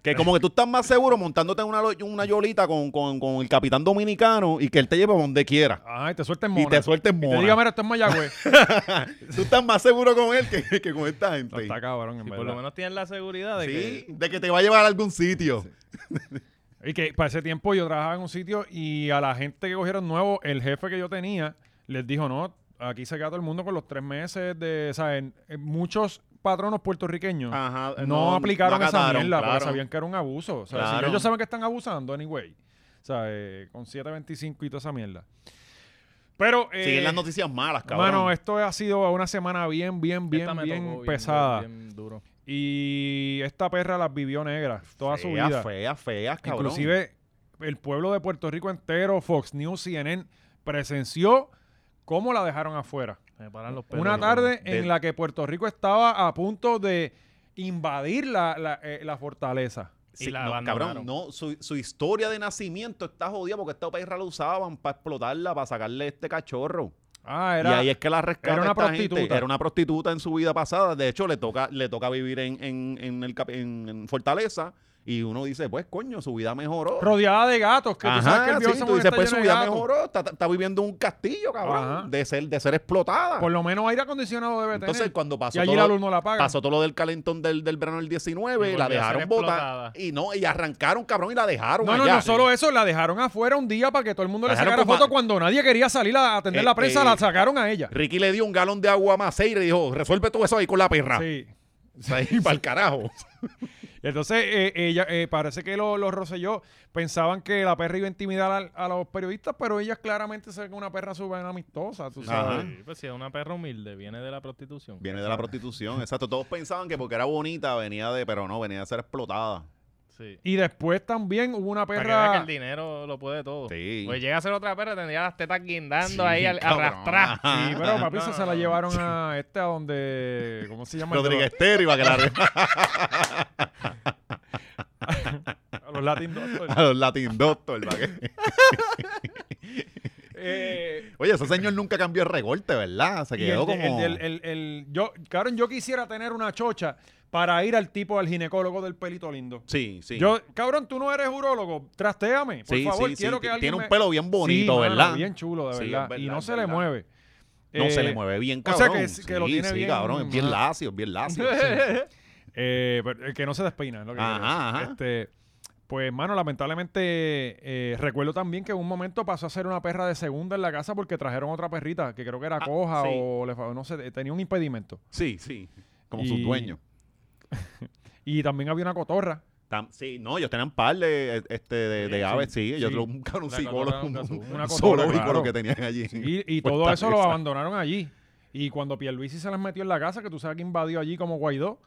B: que como que tú estás más seguro montándote en una, lo- una yolita con, con- con el capitán dominicano y que él te lleve para donde quiera.
A: Ajá, y te suelten
B: Y
A: mona.
B: te sueltes
A: Y te
B: mona.
A: diga, mira, esto es Mayagüez.
B: tú estás más seguro con él que, que con esta
A: No,
B: gente.
A: está cabrón, en
C: Y por lo
A: verdad.
C: menos tienen la seguridad de
B: Sí,
C: que.
B: de que te va a llevar a algún sitio.
A: Y que para ese tiempo yo trabajaba en un sitio y a la gente que cogieron nuevo, el jefe que yo tenía, les dijo, no, aquí se queda todo el mundo con los tres meses de, ¿saben? Eh, Muchos patronos puertorriqueños
B: Ajá,
A: no,
B: Ah, no-
A: aplicaron
B: no
A: esa
B: acataron,
A: mierda porque
B: claro.
A: sabían que era un abuso. O sea, si
B: Claro.
A: ellos saben que están abusando, anyway. O sea, eh, con 7.25 y toda esa mierda. Pero... eh,
B: Siguen las noticias malas, cabrón.
A: Mano, esto ha sido una semana bien, bien,
C: Esta
A: bien,
C: me tocó
A: bien pesada.
C: Bien, bien duro.
A: Y esta perra las vivió negras toda su
B: Feas,
A: vida.
B: feas, feas, cabrón.
A: Inclusive el pueblo de Puerto Rico entero, Fox News, CNN, presenció cómo la dejaron afuera.
C: Me paran los pelos.
A: Una tarde
B: de-
A: en la que Puerto Rico estaba a punto de invadir la, la, eh, la fortaleza.
C: Y
B: Sí,
C: la
B: no, cabrón,
C: abandonaron.
B: no, su, su historia de nacimiento está jodida porque esta perra la usaban para explotarla, para sacarle este cachorro.
A: Ah,
B: y
A: era.
B: ahí es que la rescata
A: era una
B: esta gente.
A: prostituta.
B: Era una prostituta en su vida pasada. De hecho, le toca, le toca vivir en, en, en el, cap- en, en Fortaleza. Y uno dice, pues, coño, su vida mejoró.
A: Rodeada de gatos. Que tú sabes
B: Ajá,
A: que el
B: sí,
A: viejo
B: tú
A: Samuel
B: dices,
A: está
B: pues, su
A: lleno de
B: vida
A: gatos.
B: mejoró. Está, está viviendo un castillo,
A: Ajá.
B: cabrón, de ser, de ser explotada.
A: Por lo menos aire acondicionado debe tener.
B: Entonces, cuando pasó
A: y allí
B: todo
A: la
B: lo-
A: luz no la paga.
B: Pasó todo lo del calentón del, del verano del 19,
C: Y
B: la
C: volvió a ser
B: dejaron botar
C: explotada.
B: y no, y arrancaron, cabrón, y la dejaron
A: No, no,
B: allá.
A: no solo eso, la dejaron afuera un día para que todo el mundo
B: La
A: le
B: dejaron
A: sacara
B: como
A: foto
B: a-
A: cuando nadie quería salir a atender
B: Eh,
A: la prensa,
B: eh,
A: la sacaron a ella.
B: Ricky le dio un galón de agua más y le dijo, resuelve todo eso ahí con la perra.
A: Sí.
B: O sea, y para el carajo.
A: Y entonces eh, ella, eh, parece que los, los Rosselló pensaban que la perra iba a intimidar al- a, los periodistas, pero ella claramente se ve que una perra súper amistosa, tú sabes.
B: Ajá.
C: Sí, pues si es una perra humilde, viene de la prostitución.
B: Viene de la prostitución, exacto. Todos pensaban que porque era bonita venía de, pero no, venía de ser explotada.
C: Sí.
A: Y después también hubo una
C: Para que vea que
A: perra...
C: el dinero lo puede todo.
B: Sí.
C: Pues llega a ser otra perra, tendría las tetas guindando
B: Sí,
C: ahí al
B: cabrón.
C: arrastrar.
B: Ajá.
A: Sí, pero papi,
C: Ah, No,
A: eso
C: no,
A: se la
C: no.
A: llevaron a este, a donde... ¿Cómo se llama?
B: Rodríguez Estero iba a que la
A: A los Latin Doctors.
B: a los Latin Doctor. ¿verdad que?
A: Eh,
B: Oye, ese señor nunca cambió el recorte, ¿verdad? Se
A: Y el
B: quedó
A: de- el
B: como.
A: del- el- el- yo, cabrón, yo quisiera tener una chocha para ir al tipo, al ginecólogo del pelito lindo.
B: Sí, sí.
A: Yo, cabrón, tú no eres urólogo, trasteame, por
B: Sí,
A: favor,
B: sí, sí.
A: quiero que
B: Tiene
A: alguien
B: un
A: me-
B: pelo bien bonito,
A: Sí, mano,
B: ¿verdad?
A: bien chulo, de
B: Sí, es
A: verdad.
B: verdad,
A: y no
B: es
A: se le
B: verdad.
A: mueve.
B: No se le
A: Eh,
B: mueve bien,
A: o sea,
B: cabrón.
A: que es- que lo
B: Sí,
A: tiene
B: sí,
A: bien-
B: cabrón. Es bien
A: ajá.
B: lacio, es bien lacio. sí.
A: eh, pero, eh, que no se despeina, es lo que
B: Ajá,
A: quiero decir.
B: ajá.
A: Este, pues, mano, lamentablemente eh, recuerdo también que en un momento pasó a ser una perra de segunda en la casa porque trajeron otra perrita que creo que era coja
B: Ah, sí.
A: o le fa- no sé, tenía un impedimento.
B: Sí, sí. Como
A: Y-
B: sus dueños.
A: Y también había una cotorra.
B: Tam- sí, no, ellos tenían par de, eh, este, de, de
A: Sí,
B: aves, sí. Ellos
A: sí.
B: lo buscaron un
C: La
B: psicólogo,
C: cotorra
B: un,
C: nunca
B: un,
C: supo.
A: Una cotorra,
B: zoológico
A: claro.
B: lo que tenían allí.
A: Y, y
B: Pues
A: todo
B: está
A: eso lo
B: esa.
A: abandonaron allí. Y cuando Pierluisi se les metió en la casa, que tú sabes que invadió allí como Guaidó.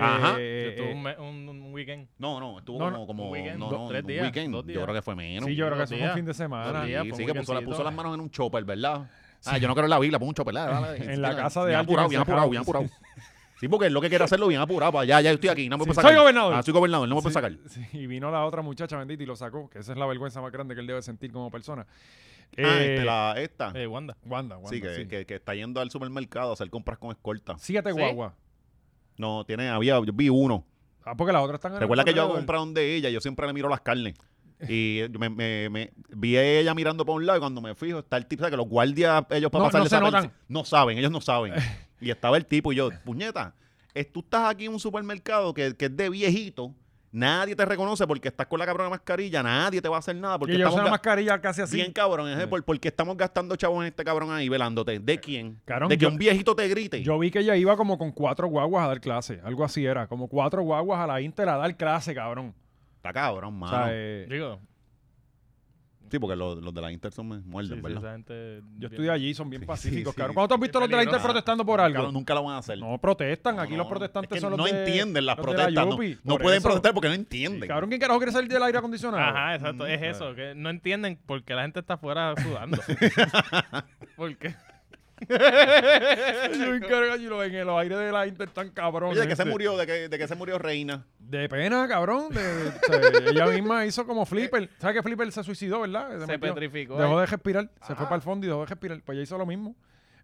B: Ajá.
A: eh,
C: Yo tuve
A: eh,
C: un, me- un- un weekend.
B: No, no, estuvo
A: No,
B: como,
A: no,
B: como
C: un weekend,
B: no,
C: dos-
B: no,
C: tres
B: un
C: días,
B: weekend.
C: dos
B: Yo
C: días.
B: creo que fue menos.
A: sí, yo creo que
C: dos
A: eso fue un
C: días.
A: fin de semana.
C: Dos
B: Sí,
C: días,
B: sí,
C: fue un
B: que puso, la- puso
C: weekendcito.
B: las manos en un chopper, ¿verdad? Ah, yo no creo la Biblia, puso un chopper. ¿verdad? ¿verdad?
A: En la casa de
B: bien
A: alguien
B: apurado, bien
A: encerrado.
B: apurado, bien apurado. Sí, porque es lo que quiere hacerlo bien apurado. Para allá, ya yo estoy aquí, no
A: Sí,
B: me pueden
A: soy
B: sacar.
A: gobernador.
B: Ah, soy gobernador, no me pueden
A: Sí,
B: sacar.
A: sí, y vino la otra muchacha bendita y lo sacó, que esa es la vergüenza más grande que él debe sentir como persona.
B: Ah,
A: Eh,
B: este, la, esta.
C: Eh, Wanda.
A: Wanda, Wanda.
B: sí, que,
A: sí.
B: Que, que está yendo al supermercado a hacer compras con escolta.
A: Siete
C: ¿Sí?
A: guaguas.
B: No, tiene, había, yo vi uno.
A: Ah, porque las otras están en el
B: Recuerda que yo hago
A: contenedor.
B: comprar donde ella, yo siempre le miro las carnes. Y eh, me, me- me- vi a ella mirando para un lado y cuando me fijo está el tipo, ¿sabes? que los guardias, ellos para
A: No,
B: pasarle
A: no se
B: esa
A: notan.
B: pensi- No saben, ellos no saben. y estaba el tipo y yo, puñeta, es- tú estás aquí en un supermercado que, que es de viejito, nadie te reconoce porque estás con la cabrona mascarilla, nadie te va a hacer nada porque
A: Y yo
B: estamos
A: uso una
B: ga-
A: mascarilla casi así.
B: bien cabrón, es de por, porque estamos gastando chavos en este cabrón ahí velándote. ¿De quién?
A: Cabrón,
B: de que
A: yo-
B: un viejito te grite.
A: Yo vi que ella iba como con cuatro guaguas a dar clase, algo así era, como cuatro guaguas a la Inter a dar clase, cabrón.
B: Está cabrón,
A: O
B: mano.
A: sea, eh,
C: Digo,
B: sí, porque los, los de la Inter son me
C: sí,
B: muerden,
C: sí,
B: ¿verdad?
C: esa gente
A: Yo
C: bien-
A: estudié allí, son bien
B: Sí,
A: pacíficos,
B: sí,
A: cabrón.
B: sí.
A: ¿Cuándo tú has
C: Es
A: visto a los de la Inter
C: peligroso.
A: protestando por
B: Nunca
A: algo?
B: lo- nunca lo van a hacer.
A: No protestan,
B: No,
A: aquí
B: no,
A: los
B: no.
A: protestantes
B: Es que
A: son los
B: no
A: de-
B: entienden las
A: los de la
B: protestas. no-
A: Yupi.
B: no
A: Por
B: pueden
A: eso.
B: protestar porque no entienden.
A: Cabrón, ¿quién carajo quiere salir del aire acondicionado?
C: Ajá, exacto. es eso, que no entienden por qué la gente está afuera sudando. Porque
A: Yo encargo allí lo- en el aire de la Inter tan cabrón.
B: Oye, ¿de qué se
A: gente.
B: murió? ¿De qué, de qué se murió Reina?
A: De pena, cabrón. de- de- o sea, ella misma hizo como Flipper. ¿Sabes que Flipper se suicidó, verdad?
C: se
A: metió-
C: petrificó.
A: Dejó
C: ahí.
A: de respirar, se
B: Ah.
A: fue para el fondo y dejó de respirar. Pues ella hizo lo mismo.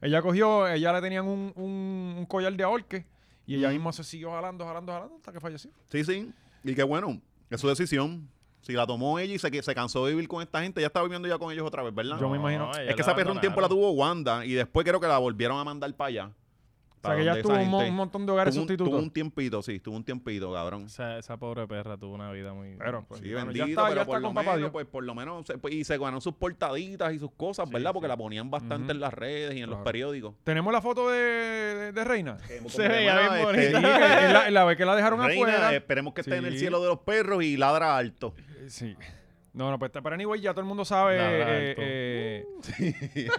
A: Ella cogió, ella le tenían un, un- un collar de ahorque y ella
B: Mm.
A: misma se siguió jalando, jalando, jalando hasta que falleció.
B: Sí, sí. Y qué bueno, es su decisión. Si la tomó ella y se, que- se cansó de vivir con esta gente, ya está viviendo ya con ellos otra vez, ¿verdad?
A: Yo me
C: No,
A: imagino-
B: es
C: ella
B: que
C: la
B: esa perra un tiempo la
C: abandonaron.
B: tuvo Wanda y después creo que la volvieron a mandar para allá.
A: O sea,
B: Para
A: que ella
B: donde
A: tuvo
B: esa
A: un, mon-
B: gente-
A: un montón de hogares
B: tuvo un, tuvo
A: sustitutos.
B: un tiempito, sí, tuvo un tiempito, cabrón.
C: Esa, esa pobre perra tuvo una vida muy...
A: Pero, Bueno,
B: Sí,
A: ya
B: Pues, bendito,
A: está- ya
B: pero
A: está
B: por lo,
A: con papá
B: menos,
A: Dios.
B: pues, por lo menos, se- pues, y se ganaron sus portaditas y sus cosas,
C: Sí,
B: ¿verdad? Porque
C: sí.
B: la ponían bastante
A: Ujú.
B: en las redes y en los
A: Claro.
B: periódicos.
A: ¿Tenemos la foto de, de- de Reina?
B: Como que,
C: veía
B: bueno,
C: bien
B: este,
A: Sí, Eh, que es la, la vez que la dejaron
B: Reina,
A: afuera.
B: esperemos que esté en el
A: Sí.
B: cielo de los perros y ladra alto.
A: Sí. No, no, pues pero anyway, ya todo el mundo sabe.
C: Nada,
A: eh,
C: alto.
A: eh,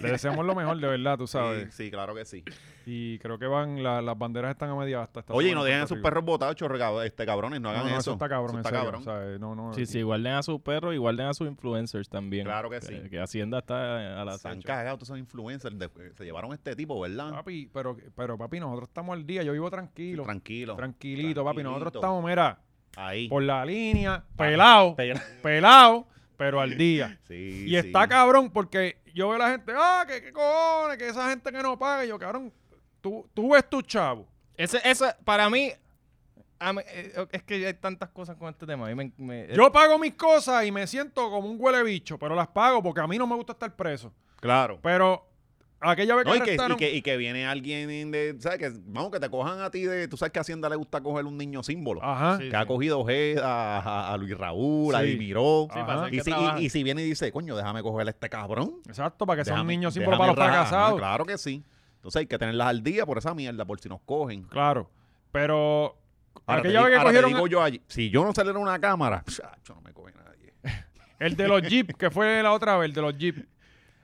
A: Le deseamos lo mejor, de verdad, tú
B: Sí,
A: sabes.
B: sí, claro que sí.
A: Y creo que van, la- las banderas están a media hasta.
B: Oye, y no dejen a sus perros botados, chorre, cab- este, cabrones, no
A: No,
B: hagan
A: no,
B: eso.
A: eso está cabrón,
B: Eso
A: en
B: está
A: serio,
B: cabrón.
A: ¿sabes? No, no,
C: Sí, sí, guarden a sus perros y guarden a sus influencers también.
B: Claro que sí.
C: Que Hacienda está eh, a la
B: Se han
C: sanca.
B: cagado todos esos influencers. de- se llevaron a este tipo, ¿verdad?
A: Papi, pero, pero papi, nosotros estamos al día. Yo vivo tranquilo.
B: Tranquilo.
A: tranquilito, papi. Nosotros
B: Tranquilito.
A: estamos, mira,
B: Ahí.
A: por la línea, pelado,
B: Pela-
A: pelado, pero al día.
B: Sí,
A: Y
B: sí.
A: está cabrón porque yo veo a la gente, ah, que qué cojones, que esa gente que no paga. Y yo, cabrón, tú, tú ves tu chavo.
C: Ese, eso, para mí, a mí, eh, es que hay tantas cosas con este tema. A mí me- me-
B: Eh.
A: Yo pago mis cosas y me siento como un huele bicho, pero las pago porque a mí no me gusta estar preso.
B: Claro.
A: Pero aquella vez que
B: No, y, que, y
A: arrestaron-
B: que- y que viene alguien de. ¿Sabes? Que, vamos, que te cojan a ti de. Tú sabes que a Hacienda le gusta coger un niño símbolo.
A: Ajá.
B: que ha cogido Ojeda, a, a Luis Raúl, a
A: Ah, Sí. Ah,
B: Dimiró.
A: Sí,
B: Ajá.
A: para hacer
B: y,
C: que
B: si, y-
C: trabaje.
B: y si viene y dice, coño, déjame coger a este cabrón.
A: Exacto, para que sea un
B: Déjame-
A: niño símbolo para
B: déjame
A: los
B: rajar.
A: fracasados.
B: Ah, Claro que sí. Entonces hay que tenerlas al día por esa mierda, por si nos cogen.
A: Claro. Pero
B: Ahora te,
A: aquella
B: di-
A: vez que
B: ahora te
A: cogieron
B: digo yo allí, si yo no saliera una cámara, yo no me coge nadie.
A: el de los Jeep, que fue la otra vez, el de los Jeep.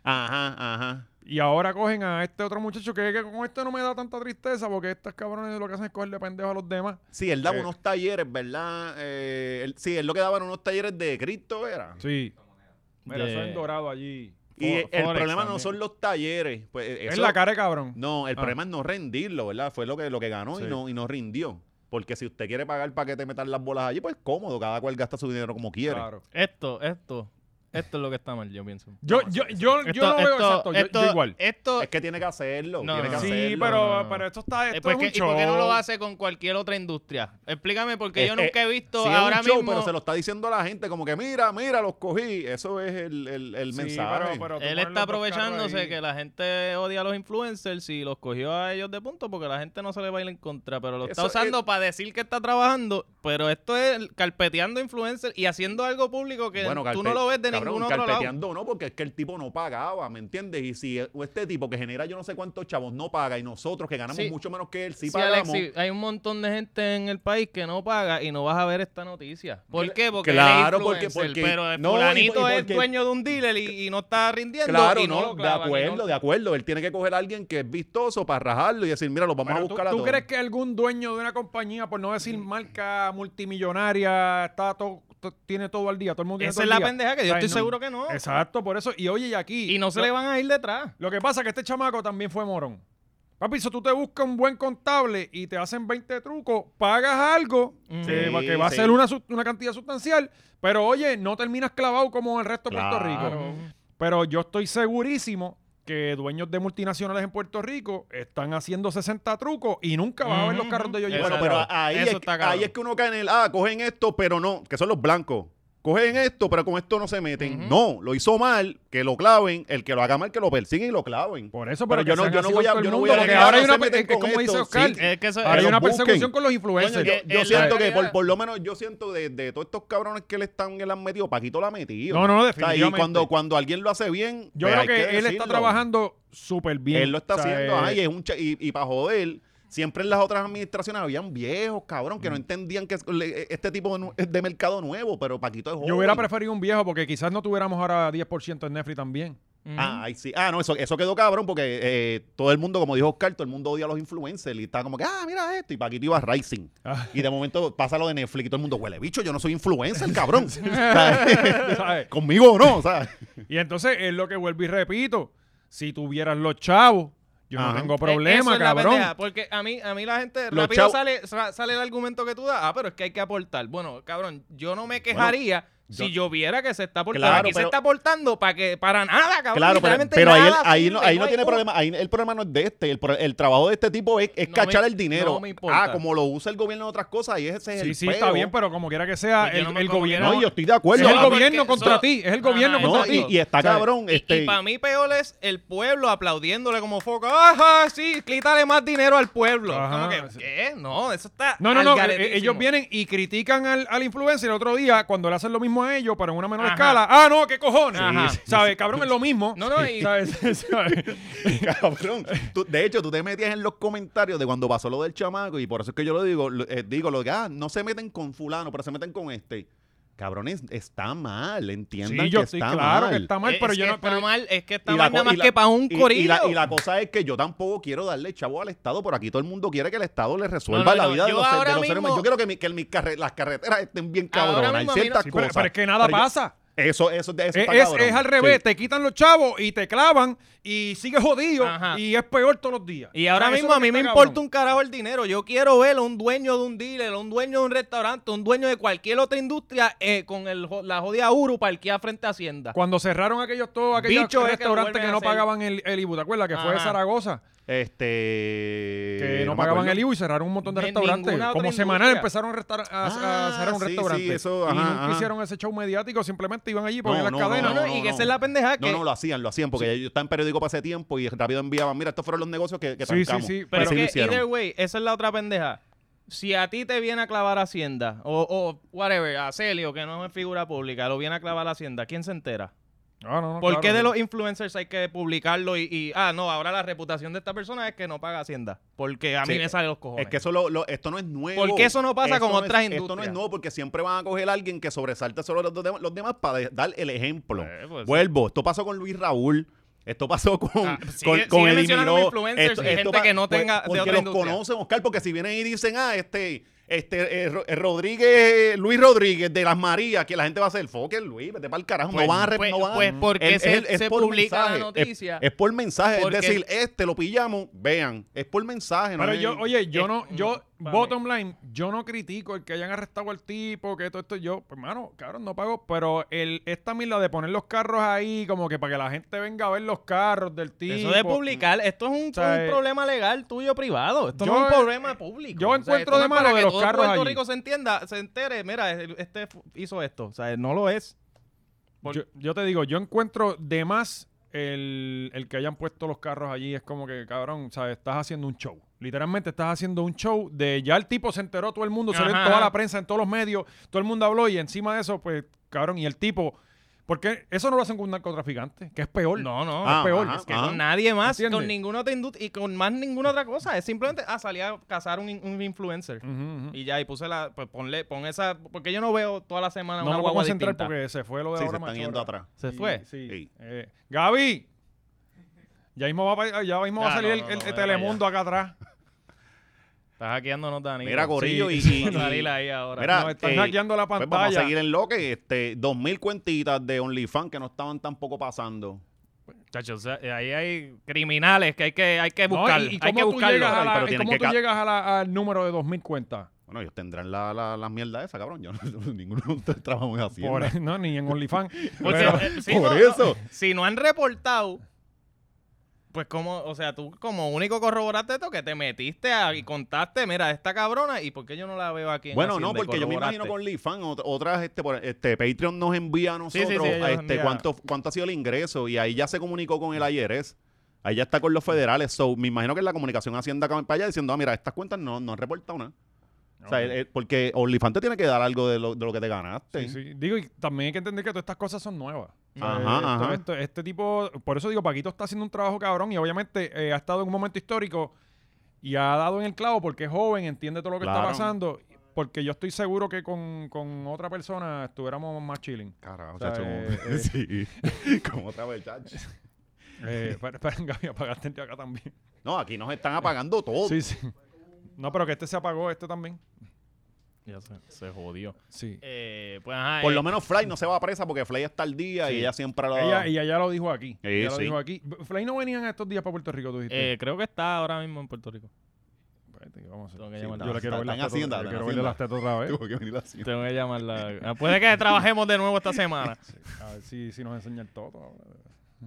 B: Ajá, ajá.
A: Y ahora cogen a este otro muchacho que, que con esto no me da tanta tristeza porque estos cabrones lo que hacen es cogerle pendejos a los demás.
B: Sí, él daba
A: Eh.
B: unos talleres, ¿verdad? Eh, él- sí, él lo que daba eran unos talleres de Cristo, ¿era?
A: Sí. Mira, eso
C: De-
A: es dorado allí.
B: Y el
C: Fo- Forex
B: problema no
C: también.
B: son los talleres. Pues, eh,
A: Es
B: eso-
A: la cara de cabrón.
B: No, el
A: Ah.
B: problema es no rendirlo, ¿verdad? Fue lo que, lo que ganó
A: Sí.
B: y, no, y no rindió. Porque si usted quiere pagar para que te metan las bolas allí, pues cómodo, cada cual gasta su dinero como quiere.
A: Claro.
C: Esto, esto, esto es lo que está mal, yo pienso.
A: Yo, yo, yo, yo
C: Esto-
A: no veo
C: esto-
A: exacto. yo- yo,
C: esto- eh,
A: igual.
C: Esto,
B: Es que tiene que hacerlo,
C: No,
B: tiene que
C: no, no.
B: hacerlo.
A: Sí,
C: hacerlo, no,
A: pero,
C: no.
A: pero esto está. Esto
C: Eh, pues,
A: es
C: ¿qué-
A: un
C: ¿Y por qué no
A: show.
C: lo hace con cualquier otra industria? Explícame, porque yo
B: Es-
C: nunca he
B: es-
C: visto
B: sí, Eh, es un
C: ahora
B: show,
C: mismo.
B: pero se lo está diciendo a la gente como que mira, mira, los cogí. Eso es el, el, el
A: Sí,
B: mensaje.
A: pero- pero tú
C: Él
A: pones los
C: está
A: dos carros
C: aprovechándose
A: ahí.
C: que la gente odia a los influencers y los cogió a ellos de punto porque la gente no se le baila en contra, pero lo está
B: Eso eh,
C: usando para decir que está trabajando, pero esto es carpeteando influencers y haciendo algo público que tú no
B: carpe-
C: lo ves de
B: cabrón,
C: ningún otro lado.
B: carpeteando no, porque es que el tipo no pagaba, ¿me entiendes? Y si este tipo que genera yo no sé cuántos chavos no paga y nosotros que ganamos
C: Sí.
B: mucho menos que él, sí,
C: Sí,
B: pagamos.
C: Alexis, hay un montón de gente en el país que no paga y no vas a ver esta noticia. ¿Por qué? Porque él es
B: Claro, porque-
C: influencer,
B: porque-
C: pero el
B: no, y-
C: fulanito
B: y
C: es
B: porque-
C: dueño de un dealer y, y no está rindiendo
B: Claro,
C: y no,
B: no,
C: lo
B: de
C: clavan, y
B: acuerdo,
C: no-
B: de acuerdo. Él tiene que coger a alguien que es vistoso para rajarlo y decir, mira, lo vamos
A: Pero
B: a buscar
A: ¿tú,
B: a
A: ¿Tú
B: todos.
A: crees que algún dueño de una compañía, por no
C: Mm.
A: decir marca multimillonaria, está todo, to- tiene todo al día? Todo el mundo tiene
C: Esa
A: todo
C: es
A: al
C: la
A: día?
C: pendeja que yo
A: O sea,
C: estoy seguro que no.
A: Exacto, por eso. Y oye, y aquí.
C: Y no se
A: lo,
C: le van a ir detrás.
A: Lo que pasa es que este chamaco también fue morón. Papi, si tú te buscas un buen contable y te hacen 20 trucos, pagas algo
C: Mm.
A: que,
B: Sí,
A: va- que va
B: sí.
A: a ser una, sub- una cantidad sustancial, pero oye, no terminas clavado como el resto de Puerto Rico.
B: Claro.
A: Pero yo estoy segurísimo que dueños de multinacionales en Puerto Rico están haciendo 60 trucos y nunca vas a ver los carros de ellos
C: Ujú.
A: llegar
B: Bueno,
A: allá.
B: pero
C: Exacto.
B: ahí
C: Eso
B: es,
C: está cabrón.
B: ahí es que uno cae en el, ah, cogen esto, pero no, que son los blancos. Cogen esto, pero con esto no se meten. No, lo hizo mal, que lo claven, el que lo haga mal, que lo persiguen y lo claven.
A: Por eso,
B: Pero
A: pero,
B: yo no- yo no voy a- yo no voy a
A: porque
B: negar,
A: ahora hay una
B: no se meten
A: es que
B: con
A: como dice
B: esto,
A: Oscar,
B: sí.
C: Es que eso-
A: ahora hay
B: los
A: una
B: busquen.
A: persecución con los influencers.
B: Coño, yo, yo
C: el-
B: siento
C: la
B: que por,
C: realidad-
B: por lo menos yo siento de, de todos estos cabrones que le están que le han metido, Paquito la ha metido.
A: No, no,
B: O sea,
A: definitivamente.
B: Y cuando, cuando alguien lo hace bien,
A: Yo
B: pues
A: creo
B: hay
A: que, él está
B: decirlo.
A: trabajando súper bien.
B: Él lo está
A: O sea,
B: haciendo,
A: eh,
B: ajá, y es un cha- y, y para joder, siempre en las otras administraciones habían viejos, cabrón,
A: Mm.
B: que no entendían que es- le- este tipo de, nu- es de mercado nuevo, pero Paquito es joven.
A: yo hubiera preferido un viejo porque quizás no tuviéramos ahora 10% en Netflix también.
B: Ah, ay, sí. Ah, no, eso, eso quedó cabrón porque eh, todo el mundo, como dijo Oscar, todo el mundo odia a los influencers y está como que, ah, mira esto. Y Paquito iba a Rising.
A: Ah.
B: Y de momento pasa lo de Netflix y todo el mundo, huele bicho, yo no soy influencer, cabrón. ¿Sabes?
A: ¿Sabes?
B: Conmigo no, ¿sabes?
A: Y entonces es lo que vuelvo y repito. Si tuvieras los chavos, yo
B: Ajá.
A: no tengo
C: Eh, Eso
A: problema,
C: es la
A: cabrón.
C: pendeja, porque a mí, a mí la gente
B: Los
C: rápido
B: chau-
C: sale, sa- sale el argumento que tú das. Ah, pero es que hay que aportar. Bueno, cabrón, yo no me quejaría
B: yo-
C: si yo viera que se está aportando.
B: Claro,
C: Aquí se
B: pero-
C: está aportando para que para nada, cabrón.
B: Claro, pero,
C: literalmente
B: pero ahí, el-
C: nada
B: ahí no,
C: sirve,
B: ahí no
C: hay
B: tiene
C: un-
B: problema. Ahí el problema no es de este. El, pro- el trabajo de este tipo es, es
C: No
B: cachar
C: me-
B: el dinero.
C: no me importa.
B: ah, como lo usa el gobierno en otras cosas, y ese es
A: Sí,
B: el
A: sí,
B: peo.
A: está bien, pero como quiera que sea,
C: Pues yo
A: el,
C: no me
A: el
C: como
A: gobierno...
B: No,
C: quiera-
B: yo estoy de
A: Es
B: acuerdo.
A: el
B: Ah,
A: gobierno contra
C: eso-
A: ti, es el gobierno
C: Ajá,
A: contra
B: No,
A: ti.
B: y, y está
A: O sea,
B: cabrón.
C: Y,
B: este,
C: para mí peor es el pueblo aplaudiéndole como foco. Ajá, sí, quítale más dinero al pueblo.
A: Ajá,
C: Como que,
A: sí.
C: ¿qué? No, eso está
A: No, no, no. eh,
C: algaretísimo.
A: ellos vienen y critican al, al influencer el otro día cuando le hacen lo mismo a ellos, pero en una menor
C: Ajá.
A: escala. Ah, no, qué cojones.
C: Ajá.
A: ¿Sabes? Cabrón, es lo mismo.
C: No, no, y-
A: ¿Sabes? ¿Sabes?
B: Cabrón. Tú- de hecho, tú te metías en los comentarios de cuando pasó lo del chamaco y por eso es que yo lo digo, lo- eh, digo lo que, ah, no se meten con fulano, pero se meten con este. Cabrones, está mal, entiendan
A: Sí, yo
B: que
A: sí,
B: está
A: claro que
B: mal.
A: está mal,
C: Es-
A: pero
C: es
A: yo
C: que
A: no.
C: está
A: pero-
C: mal, es que está
B: Y la
C: mal
B: co-
C: nada más
B: y la-
C: que para un
B: y-
C: corillo.
B: Y la, y la cosa es que yo tampoco quiero darle chavo al Estado, por aquí todo el mundo quiere que el Estado le resuelva
C: No, no,
B: la
C: no,
B: vida de
C: yo
B: los, ser- de
C: ahora
B: los seres humanos.
C: mismo-
B: Yo quiero que, mi- que mis carre- las carreteras estén bien
C: Ahora
B: cabronas en
C: mismo a mí no-
B: ciertas
C: Sí,
A: pero-
B: cosas.
A: pero es que nada
B: yo-
A: pasa.
B: eso, eso, eso
A: Es,
B: está
A: es-
B: cabrón.
A: es al revés,
B: Sí.
A: te quitan los chavos y te clavan y sigues jodido
C: Ajá.
A: y es peor todos los días.
C: Y ahora
A: O sea, eso
C: mismo
A: es
C: a
A: lo que
C: mí me
A: está
C: importa
A: cabrón.
C: un carajo el dinero. Yo quiero ver a un dueño de un dealer, a un dueño de un restaurante, un dueño de cualquier otra industria eh, con el, jo- la jodida Uru parqueada frente a Hacienda.
A: Cuando cerraron aquellos todos aquellos
C: Bicho es que lo
A: restaurantes que,
C: vuelven a
A: no
C: hacer.
A: pagaban el, el IBU, ¿te acuerdas? Que fue de
C: Ajá.
A: Zaragoza,
B: Este.
A: que no,
B: me
A: pagaban
B: acuerdo.
A: el IBU y cerraron un montón de
C: De
A: restaurantes.
C: ninguna otra
A: Como semanal
C: industria.
A: empezaron a, restaurar- a- a
B: Ah,
A: cerrar un
B: sí, sí,
A: restaurante.
B: eso,
A: y
B: ajá,
A: nunca
B: ajá.
A: hicieron ese show mediático, simplemente iban allí, ponían
B: No,
A: las
B: no,
A: cadenas.
B: no,
C: No, no, y que esa es la pendeja
B: No,
C: que-
B: no, lo hacían, lo hacían, porque yo estaba en periódico para ese tiempo y rápido enviaban, mira, estos fueron los negocios que, que
A: Sí, sí,
B: trancamos.
A: sí,
B: Y
C: Pero
B: así lo
C: que,
B: hicieron.
C: either way, esa es la otra pendeja. Si a ti te viene a clavar Hacienda, o, o whatever, a Celio, que no es figura pública, lo viene a clavar Hacienda, ¿quién se entera?
A: Ah, no, no,
C: ¿Por
A: claro,
C: qué de
A: sí.
C: los influencers hay que publicarlo y, y, ah, no, ahora la reputación de esta persona es que no paga Hacienda? Porque a mí
B: Sí,
C: me sale los cojones.
B: Es que eso lo, lo- esto no es nuevo.
C: ¿Por qué eso no pasa
B: Esto
C: con
B: es-
C: otras
B: Esto no es
C: industrias?
B: nuevo porque siempre van a coger a alguien que sobresalta sobre los, dem- los demás para de- dar el ejemplo.
C: Eh, pues,
B: Vuelvo, esto pasó con Luis Raúl. Esto pasó con,
C: Ah, sigue-
B: con,
C: sigue
B: con el
C: mencionando
B: Imiró,
C: influencers y gente
B: pa-
C: que no
B: pues,
C: tenga de
B: Porque
C: otra
B: los
C: industria.
B: conocen, Oscar, porque si vienen y dicen, ah, este, este eh, Ro- eh, Rodríguez, Luis Rodríguez de las Marías, que la gente va a hacer, foque Luis, vete para el carajo,
C: Pues,
B: no van a... re-
C: pues,
B: no van a-
C: pues, porque
B: Es-
C: se-
B: es- es
C: se
B: por
C: publica la
B: mensaje, es-
C: noticia.
B: Es, por mensaje,
C: Porque-
B: es decir, este lo pillamos, vean, es por mensaje. no eh,
A: Pero
B: es-
A: yo, oye, yo
C: es-
A: no, yo,
C: no, para
A: bottom line, yo no critico el que hayan arrestado al tipo, que todo esto, yo, hermano, cabrón, no pago, pero el, esta mierda de poner los carros ahí, como que para que la gente venga a ver los carros del tipo.
C: Eso de publicar, esto es un,
A: sea, eh,
C: un problema legal tuyo privado. Esto
A: yo- eh,
C: no es un problema público.
A: yo
C: esto
A: encuentro
C: no es
A: de malo
C: para
A: de
C: que
A: los
C: todo
A: carros
C: Puerto
A: allí.
C: Rico se entienda, se entere, mira, el- este fu- hizo esto. O sea, no lo es. Por-
A: Yo, yo te digo, yo encuentro de más el, el que hayan puesto los carros allí. Es como que, cabrón, ¿sabes? Estás haciendo un show. Literalmente estás haciendo un show de ya el tipo se enteró, todo el mundo, se ve en
C: Ajá.
A: toda la prensa, en todos los medios, todo el mundo habló y encima de eso, pues, cabrón, y el tipo, porque eso no lo hacen con un narcotraficante, que es peor.
C: No, no.
B: Ah,
A: es peor.
B: ajá,
A: es que
B: ajá.
C: Con nadie más,
A: ¿Entiendes?
C: con ninguna otra industria y con más ninguna otra cosa. Es simplemente, ah, salí a cazar un, in- un influencer.
A: Ujú, ujú.
C: Y ya, y puse la, pues ponle, pon esa, porque yo no veo toda la semana
A: No
C: una
A: me puedo
C: guagua
A: concentrar
C: distinta.
A: porque se fue lo de
B: Sí, se
A: ahora
B: están
A: machorra.
B: yendo atrás.
C: Se
A: Sí,
C: fue.
A: sí.
B: Sí.
A: Eh, Gaby, ya mismo va, pa- ya mismo va a
C: Ah,
A: salir
C: no,
A: el-
C: no,
A: el,
C: no,
A: el
C: vaya.
A: Telemundo acá atrás.
C: Estás hackeándonos, Danilo.
B: Mira, Corillo, y- y- y-
C: Danilo ahí ahora.
B: Mira,
A: Nos están
B: eh,
A: hackeando la
B: Pues vamos a
A: pantalla.
B: seguir en lo que este, 2000 cuentitas de OnlyFans que no estaban tampoco pasando.
C: Chacho, o sea, eh, ahí hay criminales que hay que, hay que
A: No,
C: buscar.
A: ¿Y, y
C: hay
A: cómo
C: que
A: tú
C: buscarlo.
A: llegas, a la-
B: pero
A: y
B: tienen
A: cómo
B: que
A: tú
B: ca-
A: llegas a la- al número de 2.000 cuentas?
B: Bueno, ellos tendrán la, la, la mierda esa, cabrón. Yo no, ninguno de ustedes trabaja en Hacienda.
A: Por- no, ni en OnlyFans.
C: Porque,
A: Pero-
C: eh, sí,
B: por
C: no, no,
B: eso.
C: si no han reportado, pues como, o sea, tú como único corroboraste esto que te metiste a- y contaste, mira, esta cabrona, ¿y por qué yo no la veo aquí? en
B: Bueno,
C: Hacienda
B: no,
C: y
B: porque yo me imagino
C: corroboraste?
B: con OnlyFans, ot- otras, este, por- este, Patreon nos envía a
C: sí, sí,
B: nosotros
C: ellos
B: este,
C: envían.
B: cuánto, cuánto ha sido el ingreso y ahí ya se comunicó con el IRS. Ahí ya está con los federales. So, me imagino que la comunicación Hacienda acá para allá diciendo, ah, mira, estas cuentas no, no han reportado nada. O sea, el- el- porque OnlyFans te tiene que dar algo de lo, de lo que te
A: Sí,
B: ganaste.
A: sí. Digo, y también hay que entender que todas estas cosas son nuevas. O sea,
B: Ajá,
A: esto-
B: ajá.
A: esto- este tipo, por eso digo, Paquito está haciendo un trabajo cabrón y obviamente eh, ha estado en un momento histórico y ha dado en el clavo porque es joven, entiende todo lo que está
B: Claro.
A: pasando. Porque yo estoy seguro que con, con otra persona estuviéramos más chilling.
B: Carajo,
A: O sea,
B: chacho,
A: eh,
B: como-
A: eh.
B: sí. Como otra vez, chacho.
A: Eh, espera, espera, Gaby, apagaste el de acá también.
B: No, aquí nos están apagando todo.
A: Sí, sí. No, pero que este se apagó, este también.
C: Ya se, se jodió.
A: Sí.
C: Eh, pues, ajá,
B: Por lo
C: eh,
B: menos Fly no se va a presa porque Fly está al día y ella siempre lo
A: Ella, ella ya lo dijo aquí.
B: Oh. Sí,
A: ella lo
B: sí.
A: dijo aquí. Flay no venían estos días para Puerto Rico, tú dijiste.
C: eh, creo que está ahora mismo en Puerto Rico.
A: Espérate, que vamos a
C: Tengo que
B: Sí,
C: llamarla.
A: Yo le quiero
B: Está-
A: ver las
B: está en
A: tetas-
B: Hacienda,
A: yo
B: está
A: quiero
B: en
A: verle
B: Hacienda.
A: las tetas otra vez.
B: Tuvo que venir así.
C: Tengo que llamarla. Ah, Puede que trabajemos de nuevo esta semana.
A: A ver si, si nos enseña el toto. ahora.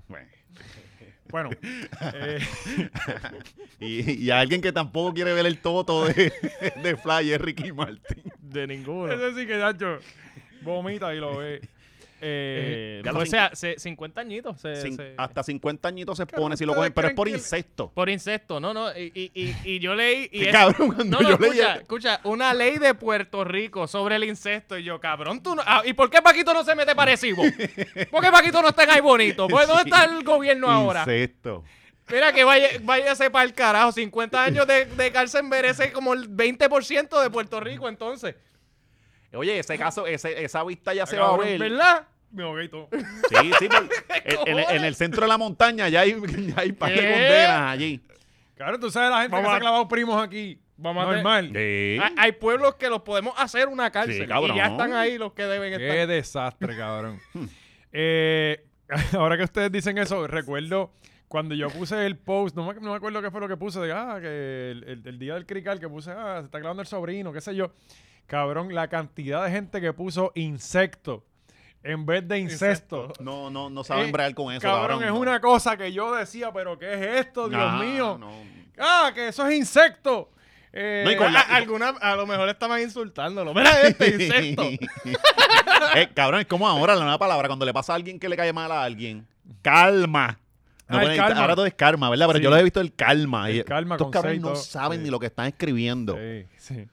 B: Bueno.
A: Bueno, eh,
B: Y, y a alguien que tampoco quiere ver el toto de, de Fly es Ricky Martin.
C: De ninguno.
A: ese sí que Nacho vomita y lo ve. Eh,
C: Eh,
B: Ya los
C: pues, o sea, se- 50 añitos. se-
B: Cin-
C: se-
B: Hasta 50 añitos se
A: Claro,
B: pone si lo
A: ¿ustedes
B: cogen, pero es
A: creen
B: por
A: que-
B: incesto.
C: Por incesto, no, no. Y, y, y, y yo leí. Y
B: Qué
C: es-
B: cabrón, cuando
C: no, no,
B: yo leí
C: escucha,
B: el-
C: escucha, una ley de Puerto Rico sobre el incesto. Y yo, cabrón, tú no. ah, ¿Y por qué Paquito no se mete parecido? ¿Por qué Paquito no está en ahí bonito? Pues, ¿Dónde
B: Sí.
C: está el gobierno ahora?
B: Incesto.
C: Mira que vaya, váyase para el carajo. 50 años de, de cárcel merece como el 20% de Puerto Rico, entonces.
B: Oye, ese caso, ese, esa vista ya se va a
A: Cabrón,
B: ver.
A: ¿Verdad? Me ahogué y todo.
B: Sí, sí, por- en, en- en el centro de la montaña ya hay, ya hay par de
A: ¿Qué?
B: condenas allí.
A: Claro, tú sabes la gente
C: Vamos
A: que se
C: a-
A: ha clavado primos aquí.
C: Vamos a-
A: Normal.
B: Sí.
C: Hay, hay pueblos que los podemos hacer una cárcel.
B: cabrón.
C: Y ya están ahí los que deben estar.
A: Qué desastre, cabrón.
B: Hmm.
A: Eh, ahora que ustedes dicen eso, recuerdo cuando yo puse el post, no me, no me acuerdo qué fue lo que puse, de, ah, que el, el- el día del crical que puse, ah, se está clavando el sobrino, qué sé yo. Cabrón, la cantidad de gente que puso insecto en vez de incesto.
B: No, no, no saben
A: Eh,
B: bregar con eso,
A: cabrón,
B: cabrón.
A: es
B: no.
A: una cosa que yo decía, pero ¿qué es esto, Dios
B: Ah,
A: mío?
B: no.
A: Ah, que eso es insecto. Eh,
B: No, y con
C: A-
B: la-
C: a- alguna, a lo mejor estaban insultándolo. Mira este insecto.
B: Eh, cabrón, es como ahora la nueva palabra. Cuando le pasa a alguien que le cae mal a alguien, calma. No
A: Ah, el
B: pueden-
A: calma.
B: Ahora todo es calma, ¿verdad? Pero
A: Sí.
B: yo lo he visto el calma.
A: El
B: Y
A: calma
B: Estos
A: con
B: cabrones
A: C y
B: no
A: todo.
B: saben
A: Sí.
B: ni lo que están escribiendo.
A: Sí, sí.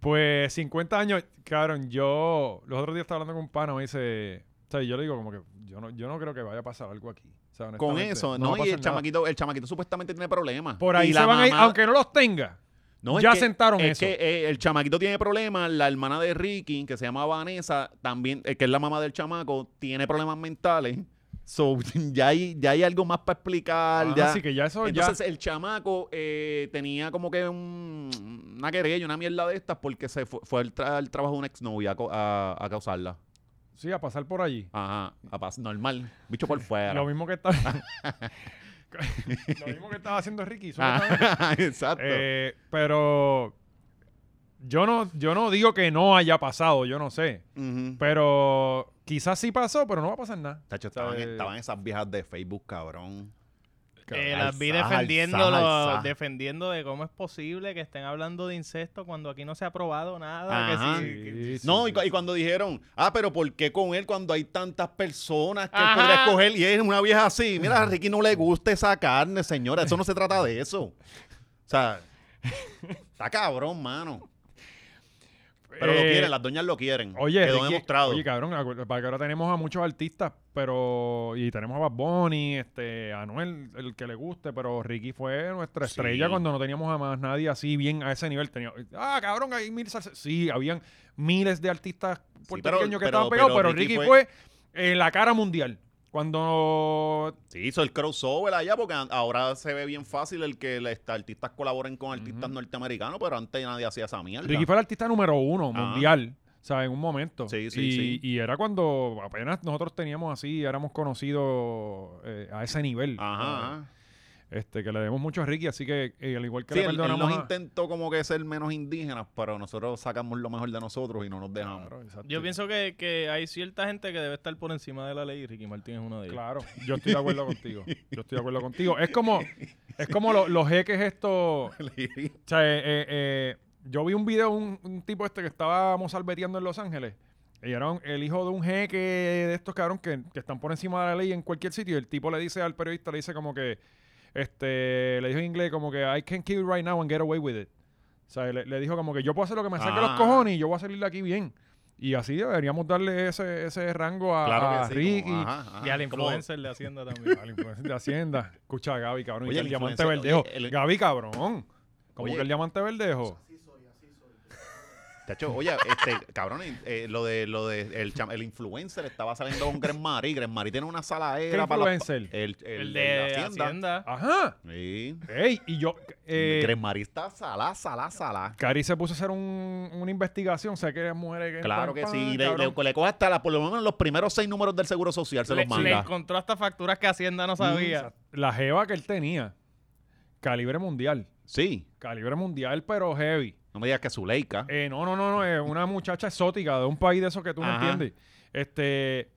A: Pues 50 años, cabrón, yo los otros días estaba hablando con un pana, me dice, o sea, yo le digo como que yo no, yo no creo que vaya a pasar algo aquí. O sea,
B: Con
A: honestamente,
B: eso,
A: va
B: no,
A: a
B: y
A: pasar
B: el
A: nada.
B: chamaquito, el chamaquito supuestamente tiene problemas.
A: Por
B: Y
A: ahí se
B: la
A: van a ir,
B: mamá-
A: aunque no los tenga.
B: No, es
A: ya
B: que-
A: sentaron
B: es
A: eso.
B: que eh, el chamaquito tiene problemas, la hermana de Ricky, que se llama Vanessa, también, eh, que es la mamá del chamaco, tiene problemas mentales. So, ya hay, ya hay algo más para explicar.
A: Ah,
B: ya.
A: Así que ya eso
B: Entonces
A: ya.
B: el chamaco eh, tenía como que un- una querella, una mierda de estas, porque se fue, fue al, tra- al trabajo de una exnovia a, co- a- a causarla.
A: Sí, a pasar por allí.
B: Ajá, a pas- normal, bicho por fuera.
A: Lo mismo que estaba. lo mismo que estaba haciendo Ricky. eso que estaba-
B: Ajá, Ah, exacto.
A: Eh, pero yo no, yo no digo que no haya pasado, yo no sé.
B: Ujú.
A: Pero quizás sí pasó, pero no va a pasar nada.
B: Tacho, estaban,
A: ¿sabes?
B: estaban esas viejas de Facebook, cabrón.
C: Eh,
B: Alza,
C: las vi
B: alza,
C: defendiendo, lo-
B: alza.
C: defendiendo de cómo es posible que estén hablando de incesto cuando aquí no se ha probado nada. que
B: Ajá.
C: si-
A: Sí,
C: que-
A: sí,
B: Ah, No,
A: sí.
B: y, cu- y cuando dijeron, ah, pero ¿por qué con él cuando hay tantas personas que él
C: Ajá.
B: podría escoger? Y es una vieja así. Mira, a Ricky no le gusta esa carne, señora. Eso no se trata de eso. O sea, está cabrón, mano. Pero lo
A: Eh,
B: quieren, las doñas lo quieren.
A: Oye,
B: quedó
A: Ricky-
B: demostrado.
A: Oye, cabrón, acu- para que ahora tenemos a muchos artistas, pero. Y tenemos a Bad Bunny, este, a Anuel, el que le guste, pero Ricky fue nuestra
B: Sí.
A: estrella cuando no teníamos a más nadie así bien a ese nivel. Tenía, ah, cabrón, hay mil salse- Sí, habían miles de artistas puertorriqueños que
B: pero-
A: estaban
B: pero
A: pegados, pero, Ricky, fue, eh, la cara mundial. Cuando.
B: Sí, hizo el crossover allá porque an- ahora se ve bien fácil el que los artistas colaboren con artistas norteamericanos, pero antes nadie hacía esa mierda.
A: Ricky fue el artista número uno
B: Ajá.
A: mundial. O sea, en un momento.
B: Ah. Sí, sí,
A: y,
B: sí.
A: y era cuando apenas nosotros teníamos así, éramos conocidos eh, a ese nivel.
B: Ajá. ajá.
A: Este, que le debemos mucho a Ricky, así que eh, al igual que
B: Sí,
A: le
B: él, él
A: perdonamos
B: nos
A: a-
B: intentó como que ser menos indígenas, pero nosotros sacamos lo mejor de nosotros y no nos dejamos.
A: Claro, exacto.
C: Yo pienso que, que hay cierta gente que debe estar por encima de la ley y Ricky Martín es uno de ellos.
A: Claro, yo estoy de acuerdo contigo. Yo estoy de acuerdo contigo. Es como, es como lo- los jeques estos. O sea, eh, eh, eh, yo vi un video de un, un tipo este que estábamos salveteando en Los Ángeles. Y era un- el hijo de un jeque de estos cabrón que, que están por encima de la ley en cualquier sitio. Y el tipo le dice al periodista, le dice como que, este, le dijo en inglés como que I can kill you right now and get away with it. O sea, le, le dijo como que yo puedo hacer lo que me saque los
B: Ah.
A: cojones y yo voy a salir de aquí bien. Y así deberíamos darle ese, ese rango a, a
B: Claro que sí.
A: Ricky.
B: como, ajá, ajá,
C: Y al
B: Ah, como-
C: influencer de Hacienda también.
A: Al influencer de Hacienda. Escucha a Gaby, cabrón.
B: Oye,
A: y que
B: el
A: el diamante
B: influencer,
A: verdejo.
B: oye, el-
A: Gaby, cabrón. Como
B: Oye.
A: que el diamante verdejo.
B: Tacho, oye, este, cabrón, eh, lo de, lo de el, cham- el influencer estaba saliendo con Grenmari. Grenmari tiene una sala era para los-
A: influencer?
B: el, el,
C: El
B: el
C: de Hacienda.
A: Ah, Ajá.
B: Sí.
A: Ey, y yo. Eh,
B: Grenmari está salá, salá, salá.
A: Cari se puso a hacer un- una investigación. Sé que las mujeres. que
B: Claro
A: entran,
B: que
A: pan,
B: sí. Le,
A: cabrón.
B: le- le coge hasta la- por lo menos los primeros seis números del seguro social, se
C: Le,
B: los
C: le
B: manda.
C: encontró hasta facturas que Hacienda no sabía.
A: La jeva que él tenía. Calibre mundial.
B: Sí.
A: Calibre mundial, pero heavy.
B: No me digas que Zuleika.
A: Eh, no, no, no, no. Es una muchacha exótica de un país de esos que tú no
B: Ajá. Ah,
A: entiendes. Este.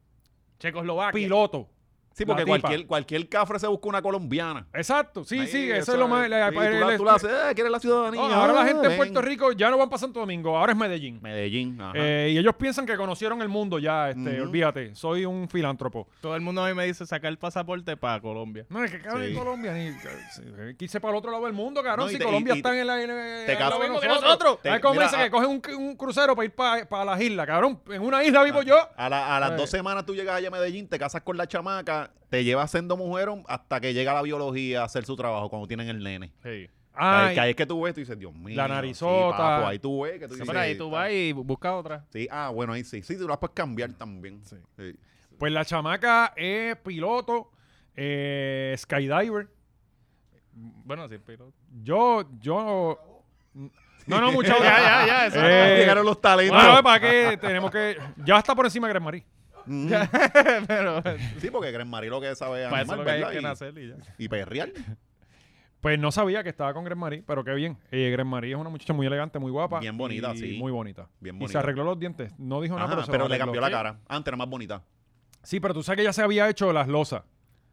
C: Checoslovaquia.
A: Piloto.
B: sí, porque
A: la tipa.
B: cualquier, cualquier cafre se busca una colombiana.
A: Exacto. Sí,
B: Ahí,
A: sí. Eso, es lo más. la-
B: sí, tú la-
A: el-
B: tú
A: el-
B: la haces, eh, quieres la ciudadanía.
A: Ah, ahora la gente
B: ven.
A: en Puerto Rico ya no van para Santo Domingo, ahora es Medellín.
B: Medellín, ajá.
A: Eh, y ellos piensan que conocieron el mundo ya, este,
B: Ujú.
A: olvídate, soy un filántropo.
C: Todo el mundo a mí me dice sacar el pasaporte para Colombia.
A: No, es que cabrón,
B: Sí.
A: en Colombia, ni, eh, quise para el otro lado del mundo, cabrón,
B: No, y
A: si
B: te-
A: Colombia
B: y- y-
A: está en la... en la-
B: te
A: al lado
B: caso-
A: de
B: mismo que
A: nosotros.
B: te-
A: Ahí como
B: mira, ah.
A: dice
B: a-
A: que cogen un, un crucero para ir para las islas, cabrón, en una isla
B: Ah.
A: vivo yo.
B: A, la- a las
A: Eh.
B: dos semanas tú llegas allá a Medellín, te casas con la chamaca, te llevas siendo mujerón hasta que llega la biología a hacer su trabajo cuando tienen el nene. Ay,
A: Ay,
B: que ahí es que tú ves, tú dices, Dios mío.
A: La
B: sí,
A: narizota.
B: papo, ahí tú ves, que tú dices.
C: Pero ahí tú vas y buscas otra.
B: Sí, ah, bueno, ahí sí. Sí, tú la puedes cambiar también. Sí.
A: Pues la chamaca es piloto, eh, skydiver.
C: Bueno, sí, el piloto.
A: Yo, yo. No, no, muchachos.
B: Ya, ya, ya, eso no. Llegaron los talentos.
A: Eh, Bueno, eh, para qué tenemos que. Ya está por encima de Gran Marí.
B: Mm.
C: Pero
A: eh,
B: Sí, porque Gran Marí lo que sabe es
C: para eso
B: animal,
C: lo que hay
B: ¿verdad?
C: que
B: Y-
C: nacer y ya.
B: Y, perrear.
A: Pues no sabía que estaba con Gran Marí, pero qué bien. Eh, Gran Marí es una muchacha muy elegante, muy guapa.
B: Bien bonita,
A: y
B: sí.
A: Muy bonita.
B: Bien
A: Y se
B: bonita.
A: arregló los dientes. No dijo
B: Ajá,
A: nada, pero,
B: pero
A: se los
B: le
A: arregló.
B: cambió la cara. Antes era más bonita.
A: Sí, pero tú sabes que ella se había hecho las losas.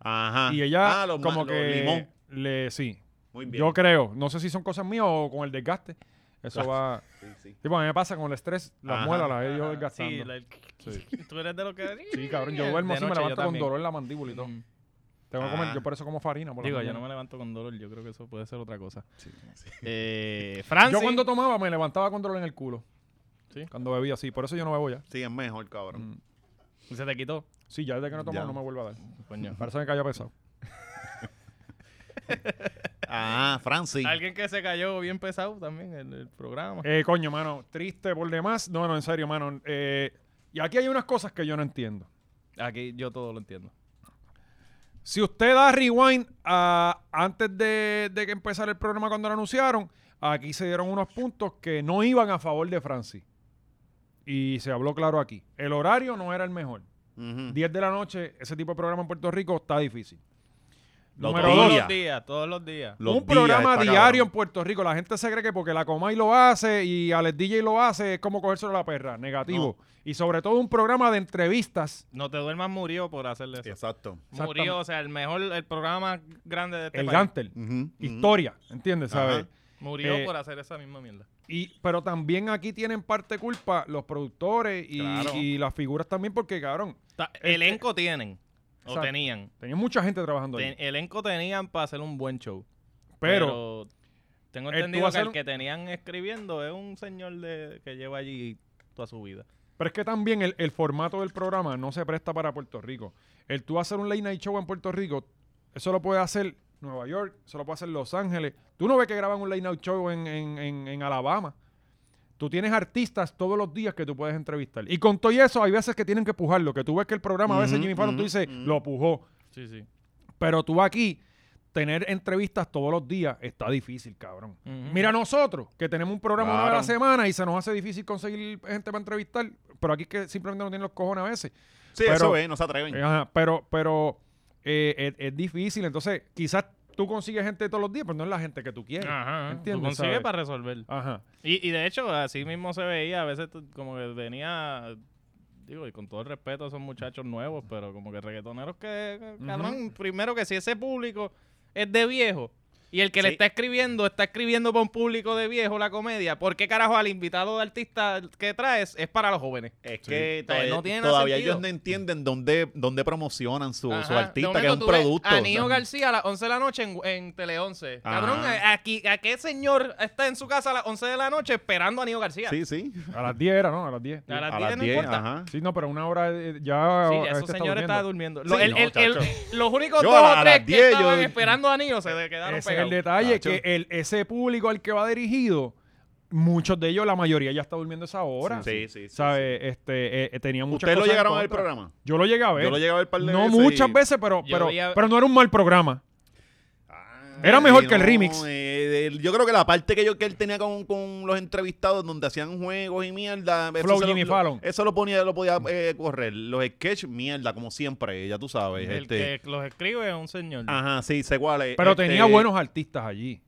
B: Ajá.
A: Y ella,
B: Ah, los ma-
A: como
B: los
A: que.
B: limón.
A: Le, sí.
B: Muy bien.
A: Yo creo. No sé si son cosas mías o con el desgaste. Eso
C: Ah.
B: Claro.
A: va.
B: Sí, sí.
A: Tipo, a mí me pasa con el estrés, las
B: Ajá.
A: muelas las he ido desgastando.
C: Ah, Sí, la- tú eres de los que...
A: Sí, cabrón, yo
C: De
A: duermo así, me
C: noche yo
A: levanto con
C: también.
A: dolor en la mandíbula y todo.
C: Mm.
A: Tengo que comer,
B: Ah.
A: yo por eso como farina. por la
C: Digo, yo no
A: mañana.
C: me levanto con dolor, yo creo que eso puede ser otra cosa.
B: Sí, sí.
C: Eh, Francis.
A: Yo cuando tomaba me levantaba con dolor en el culo.
C: Sí.
A: Cuando bebía, sí. Por eso yo no bebo ya.
B: Sí, es mejor, cabrón.
A: Mm.
C: Se te quitó.
A: Sí, ya desde que no tomo
B: Ya.
A: no me vuelvo a dar.
C: Coño.
A: Parece que cayó pesado.
B: Ah, Francis.
C: Alguien que se cayó bien pesado también en el programa.
A: Eh, coño, mano, triste por demás. No, no, en serio, mano. Eh, y aquí hay unas cosas que yo no entiendo.
C: Aquí yo todo lo entiendo.
A: Si usted da rewind a- antes de, de que empezara el programa cuando lo anunciaron, aquí se dieron unos puntos que no iban a favor de Francis. Y se habló claro aquí. El horario no era el mejor.
B: Ujú.
A: 10 de la noche, ese tipo de programa en Puerto Rico está difícil.
B: Los
A: Número dos,
B: días.
C: todos
B: día.
C: los días, todos los días.
B: Los
A: un
B: días
A: programa
B: está
A: diario en
B: cabrón.
A: Puerto Rico. La gente se cree que porque la Comay lo hace y Alex DJ lo hace, es como cogérselo a la perra. Negativo. Y sobre todo un programa de entrevistas.
C: No te duermas murió por hacerle eso.
B: Exacto.
A: Exactamente.
C: Murió, o sea, el mejor, el programa grande de este
A: el
C: país.
A: Gantel.
B: Ujú, ujú.
A: Historia. ¿Entiendes?
B: Ajá.
A: ¿Sabes?
C: Murió
A: Eh,
C: por hacer esa misma mierda.
A: Y, pero también aquí tienen parte culpa los productores y,
C: Claro.
A: y las figuras también, porque, cabrón,
C: Ta- elenco tienen. O
A: este- Exacto.
C: tenían.
A: tenían mucha gente trabajando ahí.
C: Ten- elenco tenían para hacer un buen show.
A: Pero,
C: tengo
A: eh, tú
C: entendido
A: vas a
C: que
A: hacer
C: el
A: un-
C: que tenían escribiendo es un señor de, que lleva allí toda su vida.
A: pero es que también el, el formato del programa no se presta para Puerto Rico. El tú hacer un late night show en Puerto Rico, eso lo puede hacer Nueva York, eso lo puede hacer Los Ángeles. Tú no ves que graban un late night show en, en- en- en Alabama. Tú tienes artistas todos los días que tú puedes entrevistar. Y con todo y eso, hay veces que tienen que pujarlo. Que tú ves que el programa, a veces
B: Ujú,
A: Jimmy Fallon, tú
B: ujú,
A: dices,
B: ujú.
A: lo pujó.
C: Sí, sí.
A: Pero tú aquí, tener entrevistas todos los días está difícil, cabrón. Mira nosotros, que tenemos un programa una vez a la
B: Claro.
A: semana y se nos hace difícil conseguir gente para entrevistar, pero aquí es que simplemente no tienen los cojones a veces.
B: Sí,
A: Pero-
B: eso es, no se atreven.
A: Eh, ajá, pero pero eh, es, es difícil, entonces quizás tú consigues gente todos los días, pero no es la gente que tú quieres.
C: Ajá,
A: ¿Entiendes?
C: lo consigue
A: Eh, ¿Sabes?
C: para resolver.
A: Ajá.
C: Y, y de hecho, así mismo se veía, a veces tú- como que venía, digo, y con todo el respeto a esos muchachos nuevos, pero como que reggaetoneros que, que- cabrón, primero que si ese público es de viejo, y el que le
B: Sí.
C: está escribiendo, está escribiendo para un público de viejo la comedia, ¿por qué carajo al invitado de artista que traes es para los jóvenes?
B: Es que
C: O sea,
B: todavía,
C: no tiene nada
B: todavía
C: sentido.
B: ellos no entienden dónde, dónde promocionan su, su
C: Ajá. De
B: artista, que es
C: momento
B: un
C: tú ves
B: producto.
C: A
B: o
C: Nino
B: sea.
C: García a las 11 de la noche en, en Tele 11.
B: Ajá.
C: Cabrón, ¿a, aquí, ¿a qué señor está en su casa a las 11 de la noche esperando a Nino García?
B: Sí, sí.
A: A las 10 era, ¿no? A las 10.
C: A las
B: A
C: 10
B: las
C: no
B: 10,
C: importa.
B: ajá.
A: Sí, no, pero una hora eh, ya...
C: Sí,
A: eh,
C: esos
A: este está
C: señores estaban durmiendo. Los-
B: Sí,
C: el-
B: no,
C: el- el-
B: chacho.
C: los únicos
B: Yo
C: dos
B: a las
C: o tres que
B: 10 yo-
C: estaban esperando a Nino se le quedaron
A: Ese es el
C: pegados.
A: detalle, que
B: Tacho.
A: el, ese público al que va dirigido, muchos de ellos, la mayoría ya está durmiendo a esa hora.
B: Sí, sí, sí,
A: ¿Sabe? Este, eh, eh, tenía muchas
B: ¿Ustedes lo
A: cosas en
B: llegaron a ver el
A: contra.
B: programa?
A: Yo lo llegué a ver.
B: Yo lo llegué a ver un par de
A: No
B: veces
A: muchas
B: y-
A: veces, pero,
C: Yo
A: pero,
C: voy a-
A: pero no era un mal programa. Era
B: Ay,
A: mejor que el
B: Ah, no,
A: remix.
B: eh, el- yo creo que la parte que, yo, que él tenía con, con los entrevistados donde hacían juegos y mierda. eso
A: Flow
B: se lo-
A: Jimmy
B: lo,
A: Fallon.
B: Eso lo, ponía, lo podía eh, correr. Los sketch, mierda, como siempre, ya tú sabes.
C: El
B: este.
C: que los escribe es un señor.
B: Ajá, sí, sé cuál es.
A: Pero
B: Este,
A: tenía buenos artistas allí.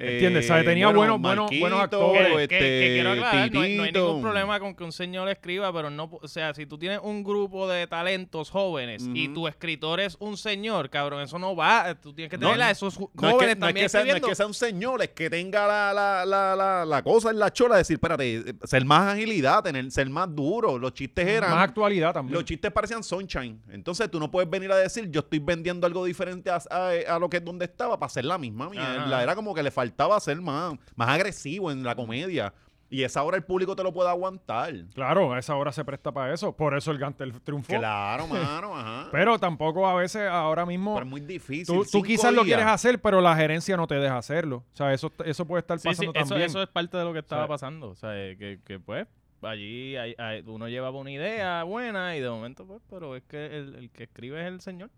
B: eh,
A: ¿entiendes? ¿Sabes? Tenía buenos- buenos-
B: Marquito,
A: buenos
C: Que,
A: actores.
C: que-
B: este,
C: que quiero aclarar, no hay, no hay
B: Titito.
C: ningún problema con que un señor escriba, pero no, po- o sea, si tú tienes un grupo de talentos jóvenes y
B: Ujú.
C: tu escritor es un señor, cabrón, eso no va, tú tienes que
B: No,
C: tener a esos ju-
B: No es,
C: jóvenes
B: que, no es
C: también
B: que sea, no es
C: escribiendo.
B: que sea un señor, es que tenga la, la, la, la, la cosa en la chola, decir, espérate, eh, ser más agilidad, tener, ser más duro. Los chistes eran.
A: Más actualidad también.
B: los chistes parecían sunshine. Entonces tú no puedes venir a decir, yo estoy vendiendo algo diferente a, a- a lo que donde estaba para hacer la misma mierda.
C: Ajá.
B: Era como que le faltaba ser más, más agresivo en la comedia. Y esa hora el público te lo puede aguantar.
A: Claro, a esa hora se presta para eso. Por eso el Gantel triunfó.
B: Claro, mano, ajá. Pero,
A: Pero tampoco a veces ahora mismo.
B: es muy difícil.
A: Tú, tú
B: cinco
A: quizás lo
B: días.
A: quieres hacer, pero la gerencia no te deja hacerlo. O sea, eso, eso puede estar
C: Sí, sí,
A: pasando
C: eso,
A: también.
C: eso es parte de lo que estaba
A: O sea,
C: pasando. O sea, eh, que, que, pues, allí hay- hay- uno llevaba una idea buena y de momento, pues, pero es que el, el que escribe es el señor.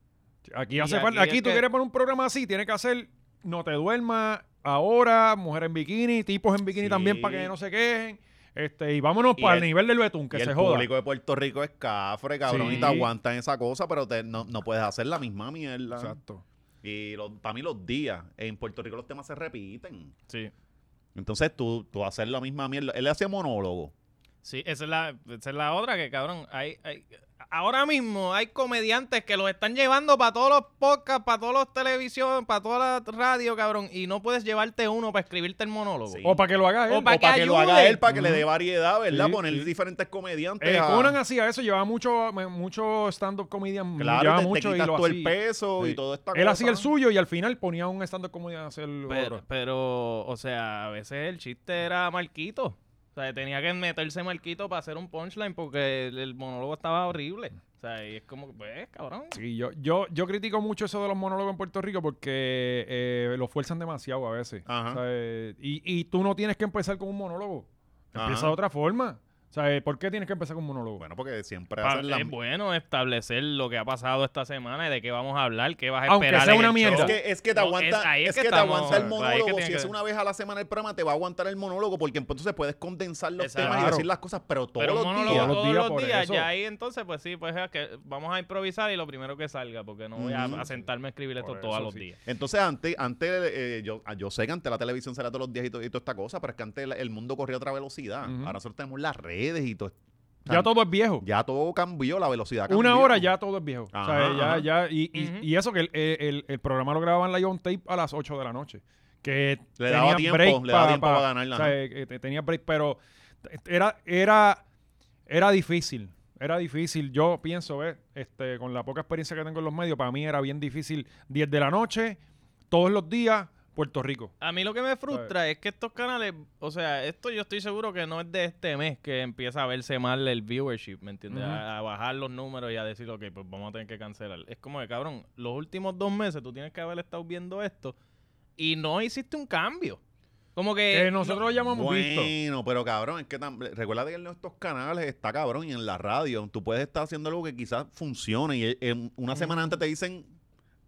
A: Aquí,
C: Y
A: hace
C: aquí
A: falta- aquí
C: es
A: tú
C: que-
A: quieres poner un programa así, tienes que hacer No te duermas, ahora, mujer en bikini, tipos en bikini
B: Sí.
A: también para que no se quejen. Este, y vámonos
B: Y
A: para el,
B: el-
A: nivel del betún, que
B: y
A: se
B: el
A: joda.
B: público de Puerto Rico es cafre, cabrón,
A: Sí.
B: y te aguantan esa cosa, pero te- no, no puedes hacer la misma mierda.
A: Exacto.
B: Y para mí los días, en Puerto Rico los temas se repiten.
C: Sí.
B: Entonces tú, tú hacer la misma mierda. Él hacía monólogo.
C: Sí, esa es la, esa es la otra que, cabrón, hay, hay- ahora mismo hay comediantes que los están llevando para todos los podcasts, para todos los televisión, para toda la radio, cabrón, y no puedes llevarte uno para escribirte el monólogo.
B: Sí.
A: O para Eh, que lo haga él.
C: O pa'
B: o para que, lo
C: ayude.
B: haga él, para que le dé variedad, ¿verdad?
A: Sí,
B: Poner
A: sí.
B: diferentes comediantes.
A: Eh,
B: a-
A: Conan hacía eso, llevaba mucho, me- mucho stand-up comedian.
B: claro,
A: llevaba
B: te, te
A: mucho y
B: quitas
A: lo
B: tú el
A: hacía.
B: peso
A: Sí.
B: y todo esta
A: Él hacía el
B: cosa.
A: suyo y al final ponía un stand-up comedian a hacer el
C: Pero,
A: otro.
C: pero, o sea, a veces el chiste era Marquito. O sea, tenía que meterse Marquito para hacer un punchline porque el, el monólogo estaba horrible. O sea, y es como, que, pues, cabrón.
A: Sí, yo, yo, yo critico mucho eso de los monólogos en Puerto Rico porque eh, lo fuerzan demasiado a veces.
B: Ajá.
A: O sea, eh, y, y tú no tienes que empezar con un monólogo. Empieza
B: Ajá.
A: de otra forma. O sea, eh, ¿por qué tienes que empezar con un monólogo?
B: Bueno, porque siempre
C: Pa-
B: hacen la
C: es bueno establecer lo que ha pasado esta semana y de qué vamos a hablar, qué vas a
A: Aunque
C: esperar.
A: sea
C: en
A: una
C: el
A: mierda.
C: show.
B: Es que, es que te
C: No,
B: aguanta,
C: es ahí es
B: es
C: que
B: que te
C: estamos-
B: aguanta el
C: ahí es que
B: monólogo.
C: tiene
B: si
C: que
B: es
C: ver.
B: una vez a la semana el programa, te va a aguantar el monólogo porque entonces puedes condensar los
C: Exacto.
B: temas y
A: Claro.
B: decir las cosas, pero todos
C: Pero
B: los
C: un monólogo
B: días.
C: todos los días,
A: por eso.
C: ya ahí entonces, pues sí, pues es que vamos a improvisar y lo primero que salga, porque no voy a,
B: Ujú.
C: a sentarme a escribir esto
A: Por
C: todos
A: eso
C: los
A: sí.
C: días.
B: Entonces, antes, antes eh, yo, yo sé que antes la televisión será todos los días y, to- y toda esta cosa, pero es que antes el, el mundo corría a otra velocidad.
A: Ujú.
B: Ahora nosotros tenemos las redes y todo.
A: ya todo es viejo.
B: Ya todo cambió, la velocidad cambió.
A: Una hora ya todo es viejo. O sea,
B: Ajá,
A: ya-
B: ajá.
A: ya- y, y-
C: Ujú.
A: y eso que el, el- el programa lo grababan live on tape a las 8 de la noche. Que
B: Le daba
A: tenía
B: tiempo,
A: break
B: le daba
A: pa-
B: tiempo
A: pa-
B: pa ganarla,
A: o sea, eh, te- tenía break, pero t- era, era, era difícil. Era difícil. Yo pienso, ¿ves? Este, con la poca experiencia que tengo en los medios, para mí era bien difícil. 10 de la noche, todos los días, Puerto Rico.
C: A mí lo que me frustra es que estos canales, o sea, esto yo estoy seguro que no es de este mes que empieza a verse mal el viewership, ¿me entiendes?
A: Ujú.
C: a, a bajar los números y a decir, ok, pues vamos a tener que cancelar. Es como que, cabrón, los últimos dos meses tú tienes que haber estado viendo esto y no hiciste un cambio. Como que...
A: que nosotros lo llamamos visto.
B: Bueno, pero cabrón, es que tam- recuerda que en estos canales está cabrón y en la radio tú puedes estar haciendo algo que quizás funcione y eh, en una semana antes te dicen,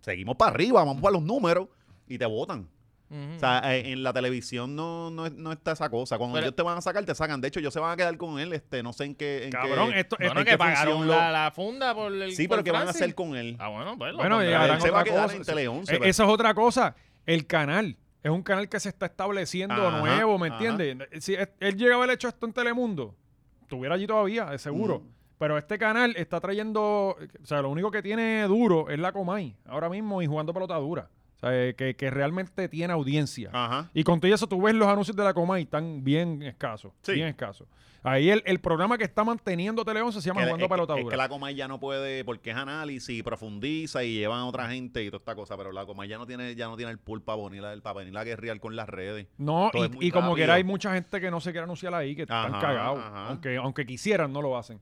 B: seguimos para arriba, vamos para los números y te votan.
C: Ujú.
B: O sea, eh, en la televisión no, no, es- no está esa cosa. Cuando
C: Pero-
B: ellos te van a sacar, te sacan. De hecho, ellos se van a quedar con él, este, no sé en qué... en
A: Cabrón,
B: qué-
A: esto-
B: en
C: Bueno,
B: qué
C: que pagaron
B: función lo-
C: la, la funda por el...
B: Sí,
C: por
B: pero ¿qué van a
C: Francis.
B: hacer con él?
C: Ah, bueno, pues... lo
A: Bueno, y
C: pondrán.
A: harán
B: se
A: otra
B: va a quedar
A: cosa.
B: en Tele 11,
A: Eh,
B: pero-
A: Eso es otra cosa. El canal. Es un canal que se está estableciendo
B: Ajá,
A: nuevo, ¿me
B: ajá.
A: entiendes? Si es- él llega a haber hecho esto en Telemundo, estuviera allí todavía, de seguro.
B: Ujú.
A: Pero este canal está trayendo. O sea, lo único que tiene duro es la Comay ahora mismo y jugando pelota dura. O sea, eh, que, que realmente tiene audiencia.
B: Ajá.
A: Y con todo eso, tú ves los anuncios de la Comay están bien escasos.
B: Sí.
A: Bien escasos. Ahí el, el programa que está manteniendo Tele 11 se llama
B: Que-
A: Jugando
B: es,
A: pelota
B: es
A: dura.
B: que la Comay ya no puede, porque es análisis, profundiza y llevan a otra gente y toda esta cosa, pero la Comay ya no tiene, ya no tiene el pool para venir, a- para venir a guerrear con las redes.
A: No,
B: Todo es
A: y-
B: muy
A: y, como
B: rápido.
A: quiera hay mucha gente que no se quiere anunciar ahí, que están
B: Ajá,
A: cagados.
B: ajá.
A: Aunque, aunque quisieran, no lo hacen.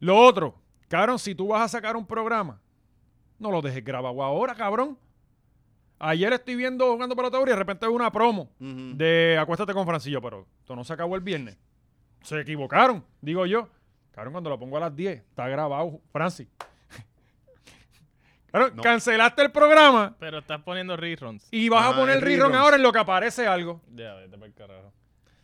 A: Lo otro, cabrón, si tú vas a sacar un programa, no lo dejes grabado ahora, cabrón. Ayer estoy viendo jugando pelota dura y de repente veo una promo
B: Ujú.
A: de Acuéstate con Francillo, pero esto no se acabó el viernes. Se equivocaron, digo yo. Cabrón, cuando lo pongo a las 10, está grabado, Francis. Cabrón,
B: No.
A: cancelaste el programa
C: Pero estás poniendo reruns.
A: y vas a
B: Ajá,
A: poner
B: el
A: rerun
B: Ah, rerun.
A: ahora en lo que aparece algo.
C: Ya, vete para el carajo.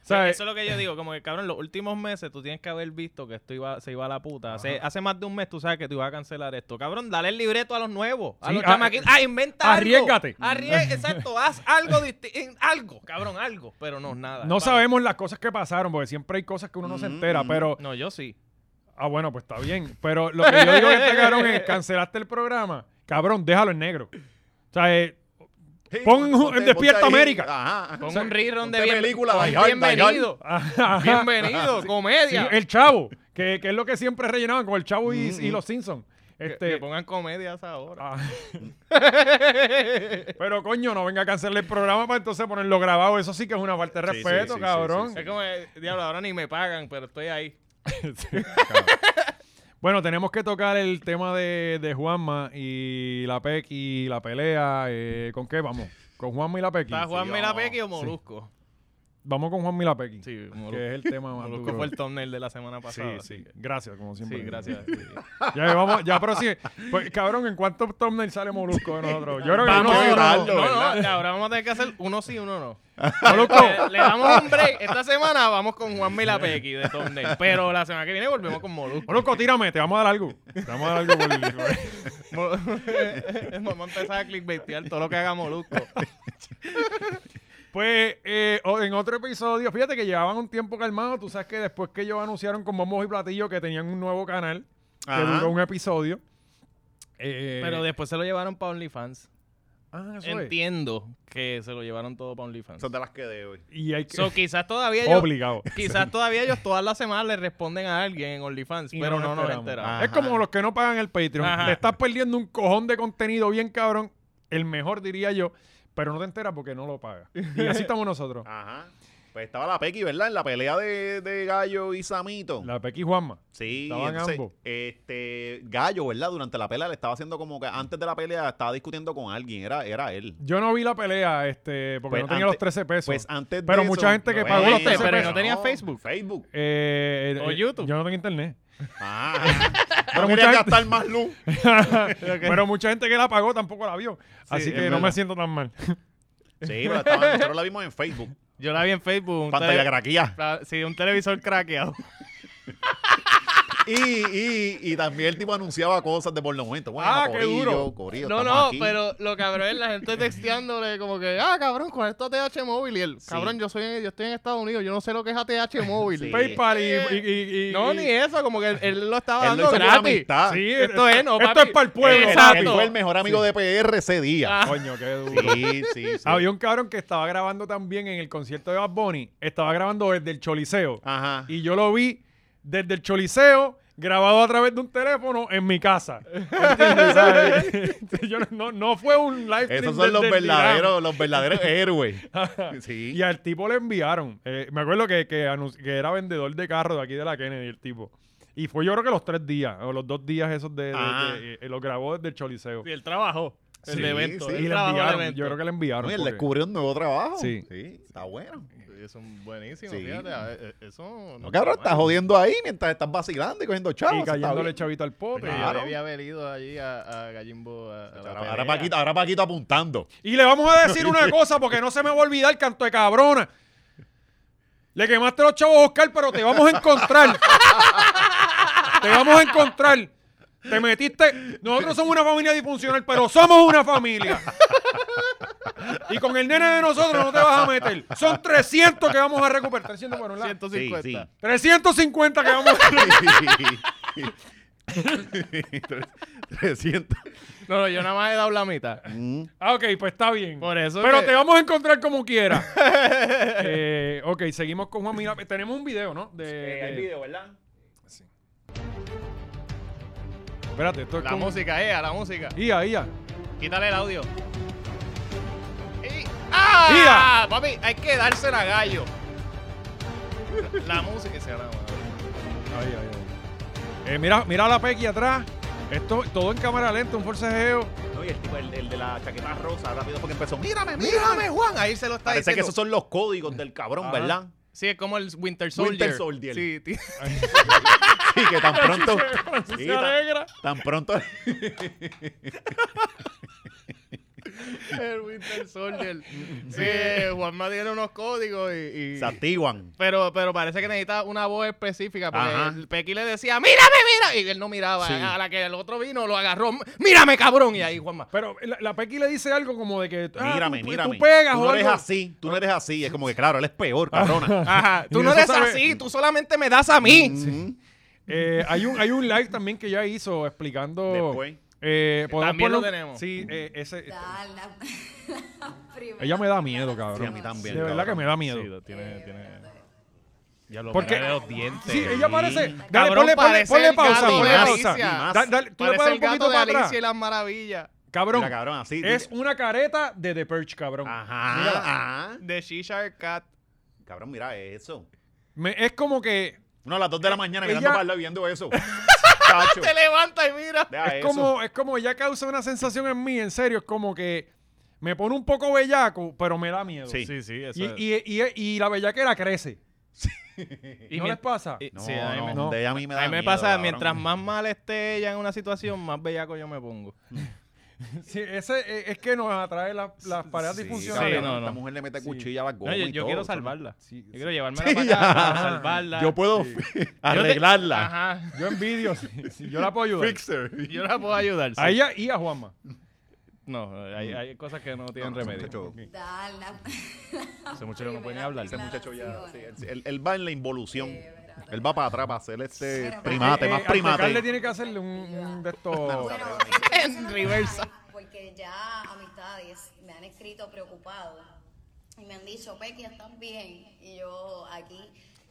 A: O sea,
C: Pues, Eso es lo que yo digo, como que cabrón, los últimos meses tú tienes que haber visto que esto iba, se iba a la puta. Hace, hace más de un mes tú sabes que tú ibas a cancelar esto. Cabrón, dale el libreto a los nuevos, a
A: Sí,
C: los
A: a-
C: chamaquitos. Ah, inventa algo.
A: arriésgate.
C: Arrie- exacto, haz algo, disti- en- algo, cabrón, algo. Pero no, nada.
A: No
C: Vale.
A: sabemos las cosas que pasaron, porque siempre hay cosas que uno no se
B: Ujú,
A: entera,
B: ujú.
A: pero...
C: No, yo sí.
A: Ah, bueno, pues está bien. Pero lo que yo digo que está cabrón es, cancelaste el programa. Cabrón, déjalo en negro. O sea, eh,
B: Sí,
A: pon un-
B: ponte-
A: en Despierta
B: ponte ahí.
A: América.
B: Ajá.
C: Pon un rerun de
B: ponte
C: bien-
B: película,
C: pon
B: Die Hard, Die Hard.
C: bienvenido.
A: ajá,
C: Bienvenido,
A: Sí,
C: comedia.
A: el chavo, que, que es lo que siempre rellenaban con el chavo y,
B: Ujú.
A: y los Simpsons. Este,
C: Que pongan comedias ahora.
A: Ah. Pero coño, no venga a cancelar el programa para entonces ponerlo grabado. Eso sí que es una falta de
B: Sí, sí,
A: respeto,
B: sí, sí,
A: cabrón.
B: sí, sí.
C: Es como, eh, diablo, ahora ni me pagan, pero estoy ahí.
A: Bueno, tenemos que tocar el tema de, de Juanma y la PEC y la pelea. eh, ¿Con qué vamos? ¿Con Juanma y la Pequi?
C: ¿Está Juan Milapequi o Molusco?
A: Vamos con Juanma y la Pequi.
C: Sí,
A: que
C: Molusco.
A: es el tema más
C: Molusco
A: duro.
C: fue el thumbnail de la semana
A: Sí,
C: pasada. así
A: sí.
C: que-
A: Gracias, como siempre.
C: Sí, gracias.
A: Ya llevamos, ya, pero sí. Pues, cabrón, ¿en cuántos thumbnails sale Molusco de nosotros? Yo creo que
B: Vamos
A: uno sí,
B: a
A: uno no.
B: hablarlo.
C: No, no,
B: ¿verdad?
C: ahora vamos a tener que hacer uno sí, uno no.
A: Molusco,
C: Le, le damos un break. Esta semana vamos con Juan Milapequi de thumbnail. Pero la semana que viene volvemos con Molusco.
A: Molusco, tírame, te vamos a dar algo. Te vamos a dar algo por el-
C: Mo- Vamos a empezar a clickbaitear todo lo que haga Molusco.
A: Pues eh, o- en otro episodio, fíjate que llevaban un tiempo calmado. Tú sabes que después que ellos anunciaron con bombos y platillos que tenían un nuevo canal, que
B: Ajá.
A: duró un episodio. eh,
C: Pero después se lo llevaron para OnlyFans.
A: ah, eso es.
C: Entiendo que se lo llevaron todo para OnlyFans.
B: Son de las que de hoy.
A: Y hay que.
C: So, quizás todavía ellos,
A: obligado.
C: quizás todavía ellos todas las semanas le responden a alguien en OnlyFans,
A: Y
C: pero no nos
A: enteramos.
C: enteramos.
A: Es como los que no pagan el Patreon.
C: Ajá.
A: Le estás perdiendo un cojón de contenido bien cabrón, el mejor diría yo, pero no te enteras porque no lo pagas. Y así estamos nosotros.
B: Ajá. Pues estaba la Pequi, ¿verdad? En la pelea de, de Gallo y Samito.
A: La Pequi Juanma.
B: Sí,
A: Estaban
B: entonces,
A: ambos.
B: este Gallo, ¿verdad? Durante la pelea le estaba haciendo como que antes de la pelea estaba discutiendo con alguien, era, era él.
A: Yo no vi la pelea este, porque
B: Pues
A: no tenía
B: ante-
A: los 13 pesos.
B: Pues antes de
A: Pero
B: eso- pues
A: mucha gente que
B: No,
A: pagó los
B: bueno,
A: 13
C: pero
A: pesos.
C: no tenía Facebook.
B: Facebook.
A: Eh,
C: O
A: eh,
C: YouTube.
A: Yo no tengo internet.
B: Ah.
A: Pero mucha
B: no quería
A: gente-
B: gastar más luz.
A: Pero mucha gente que la pagó tampoco la vio. así
B: es
A: que no
B: verdad.
A: me siento tan mal.
B: Sí, pero estaba- nosotros la vimos en Facebook.
C: Yo la vi en Facebook. Un
B: Pantalla
C: tele-
B: craquía.
C: pra- sí, un televisor craqueado.
B: Y, y, y también el tipo anunciaba cosas de por los momentos. Bueno,
A: Ah, qué
B: corillo,
A: duro.
B: corillo,
C: No,
B: estamos
C: no,
B: aquí.
C: pero lo cabrón es la gente texteándole como que, ah, cabrón, con esto ATH móvil. Y él, cabrón, yo soy en- yo estoy en Estados Unidos, yo no sé lo que es ATH móvil.
B: Sí.
A: PayPal y. y- y- y-
C: Eh, No,
A: y-
C: ni eso, como que él, él lo estaba
B: Él lo
C: dando
B: hizo por
C: gratis.
B: amistad.
A: Sí,
C: Esto es, no,
A: esto
C: papi.
A: es para el pueblo.
B: Él- él
C: Exacto.
B: fue el mejor amigo de PR ese día.
C: Ah.
A: Coño, qué duro.
B: Sí, sí, sí.
A: Había un cabrón que estaba grabando también en el concierto de Bad Bunny. Estaba grabando desde el Choliseo.
B: Ajá.
A: Y yo lo vi desde el Choliseo, grabado a través de un teléfono en mi casa. ¿Entiendes? ¿Sabes? Yo no- no, no fue un live stream.
B: Esos son
A: desde
B: los
A: el Dirán.
B: verdaderos, los verdaderos héroes. Sí.
A: Y al tipo le enviaron. eh, me acuerdo que, que, anun- que era vendedor de carro de aquí de la Kennedy, el tipo. Y fue yo creo que los tres días, o los dos días esos de... de-
B: Ah.
A: de- eh, lo grabó desde el Choliseo.
C: Y él trabajó. El
B: Sí,
C: evento.
B: sí.
C: él
A: y le
C: trabajó el
A: enviaron,
C: evento.
A: yo creo que le enviaron.
B: No, y él
A: porque-
B: descubrió un nuevo trabajo.
A: Sí.
B: está bueno.
C: Sí, son buenísimos,
B: Sí.
C: fíjate. a- e- Eso. No,
B: No, cabrón, estás jodiendo ahí mientras estás vacilando y cogiendo chavos.
A: y
B: está
A: cayéndole
B: bien.
A: chavito al pote.
B: Claro.
C: Yo debía haber ido allí a, a Gallimbo. A, a la
B: Ahora, ahora
C: pelea.
B: Paquito, ahora Paquito apuntando.
A: Y le vamos a decir una cosa porque no se me va a olvidar, canto de cabrona. Le quemaste los chavos, Oscar, pero te vamos a encontrar. te vamos a encontrar. Te metiste. Nosotros somos una familia disfuncional, pero somos una familia. Y con el nene de nosotros no te vas a meter. Son 300 que vamos a recuperar. 300 por un lado.
C: 150.
B: Sí, sí.
A: 350 que vamos a.
B: 300.
C: No, no, yo nada más he dado la mitad.
B: Mm.
A: Ah, ok, pues está bien.
C: Por eso
A: Pero
C: que-
A: te vamos a encontrar como quiera. Eh, ok, seguimos con Juan. Mira, tenemos un video, ¿no? De, de-
B: ¿verdad?
A: Espérate, esto es
C: La
A: como-
C: música, eh, a la música.
A: Ia, ia.
C: Quítale el audio. Y- ¡Ah! Papi, hay que dársela a gallo. La, la música se la
A: Ahí, ahí, ahí. Eh, mira, mira la Pequi atrás. Esto, todo en cámara lenta, un forcejeo.
B: No, y el tipo, el, el de la chaqueta rosa, rápido porque empezó. Mírame,
C: Mírame, Juan, ahí se lo está
B: Parece que
C: diciendo.
B: esos son los códigos del cabrón,
A: Ajá.
B: ¿verdad?
C: Sí, es como el Winter Soldier.
B: Winter Soldier.
C: Sí, tío.
B: Sí, que tan pronto.
A: Francis
B: sí,
A: se
B: tan,
A: alegra.
B: tan pronto.
C: el Winter Soldier. Sí, eh, Juanma tiene unos códigos y... y-
B: Se activan.
C: Pero, pero parece que necesita una voz específica porque
B: Ajá.
C: el Pequi le decía, mírame, mira. Y él no miraba.
B: Sí.
C: A la que el otro vino lo agarró, mírame, cabrón. Y ahí Juanma...
A: Pero la, la Pequi le dice algo como de que. ah,
B: mírame,
A: tú, tú-
B: mírame.
A: Tú pegas,
B: no
A: o
B: eres
A: algo.
B: así, tú no eres así. Es como que, claro, él es peor, cabrona.
C: Ajá,
A: Y
C: tú no
A: eso
C: eres
A: sabe-
C: así, tú solamente me das a mí.
B: Sí.
A: Eh, hay, un, hay un live también que ya hizo explicando.
B: Después.
A: Eh, ¿podemos
C: También lo
A: poner un-
C: tenemos.
A: Sí, eh, ese.
I: Da la- la primera
A: Ella me da miedo, cabrón.
B: Sí, a mí también.
A: de verdad
C: Eh,
B: cabrón.
A: que me da miedo.
I: Eh,
F: Ya lo
A: Porque-
F: porque... de los dientes.
A: Sí, ella parece. Dale,
C: Cabrón,
A: ponle, ponle-
C: parece
A: ponle
C: el
A: pausa,
C: gato
A: ponle
C: de
A: pausa.
C: Alicia.
A: Da- dale, tú le
C: Parece
A: paras
C: el
A: un
C: gato
A: poquito
C: de
A: para
C: Alicia
A: atrás.
C: y las maravillas.
A: Cabrón,
B: Mira, cabrón, así.
A: es una careta de The Perch, cabrón.
C: Ah.
B: Ajá, ajá.
C: De Shishar Cat.
B: Cabrón, mira eso.
A: Me- es como que.
B: Uno a las 2 de la mañana
A: Ella-
B: mirando para el lado y viendo eso. Chacho.
C: Te levanta y mira.
B: deja
A: Es
B: eso.
A: como, es como ya causa una sensación en mí, en serio. Es como que me pone un poco bellaco, pero me da miedo.
B: Sí.
C: sí,
A: Y, y- y- y la bellaquera crece. ¿Y no
C: mi-
A: les pasa?
C: y-
B: No,
C: sí, a mí
B: no,
C: me-
A: no.
B: de- a mí me da
C: a mí me
B: miedo,
C: pasa,
B: cabrón.
C: mientras más mal esté ella en una situación, más bellaco yo me pongo.
A: Sí, ese eh, es que nos atrae la- las paredes
B: Sí,
A: disfuncionales.
B: cabrón,
C: Sí, no, no.
B: Esta mujer le mete
A: Sí.
B: cuchilla a las
C: No,
B: gomas
C: yo,
B: y
C: yo
B: todo,
C: quiero
B: eso no-
C: salvarla.
A: Sí,
C: Yo quiero llevármela para
B: ya.
C: acá, para salvarla.
B: Yo puedo arreglarla.
C: Ajá.
A: Yo envidio. sí, sí, yo la puedo ayudar.
B: Fixer.
C: Yo la puedo ayudar. sí.
A: A ella y a Juanma.
C: No, hay, hay cosas que no tienen remedio.
B: Muchacho,
I: Dale, la-
C: Ese muchacho no puede ni hablar.
I: Ese
B: muchacho ya, sí,
I: Aclaraciones.
B: él- él, él va en la involución.
I: Sí, verdad.
B: Él va para atrás para hacer este
I: Mira,
B: primate,
A: Eh,
B: más
A: eh, Carle
B: primate.
A: tiene que hacerle un, un de estos.
I: Bueno,
C: En
I: eso no es
C: reversa.
I: nada, Porque ya amistades me han escrito preocupados y me han dicho, Pequi, están bien. Y yo aquí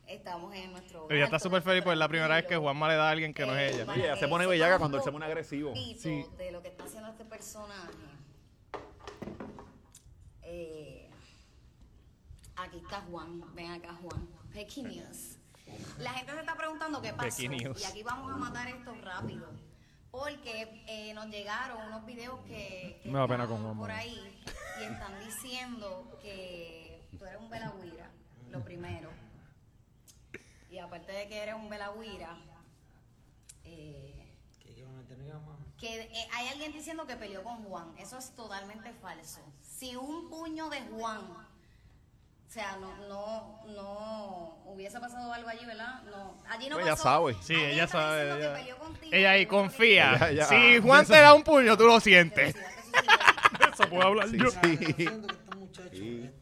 I: estamos en nuestro.
C: Ella está súper feliz porque es la primera vez que Juanma le da a alguien que no es ella.
B: Oye, Eh, ella se pone bellaca cuando él se pone agresivo.
I: Sí. De lo que está haciendo este personaje. Eh, aquí está Juan. Ven acá, Juan. Pequi News. La gente se está preguntando qué pasó.
C: Pequi News.
I: Y aquí vamos a matar esto rápido. Porque eh, nos llegaron unos videos que, que
A: Me da pena
I: están
A: con Juan,
I: por
A: mano.
I: ahí y están diciendo que tú eres un belagüira, lo primero. Y aparte de que eres un belagüira, eh, que eh, hay alguien diciendo que peleó con Juan. Eso es totalmente falso. Si un puño de Juan, o sea, no, no, no hubiese pasado algo allí, ¿verdad? No, allí no
B: Ella
I: pasó.
B: sabe.
C: Sí,
I: Alguien
C: ella
I: está
C: sabe,
I: diciendo que
C: ella-
I: peleó contigo,
C: Ella ahí
I: pero no
C: confía.
B: Ella- ella-
C: Si Juan te da un puño, tú lo sientes.
I: tiene felicidad que sucedió.
C: Eso puedo hablar
B: Sí,
C: yo.
B: sí.
J: Ah, diciendo que este muchacho, este,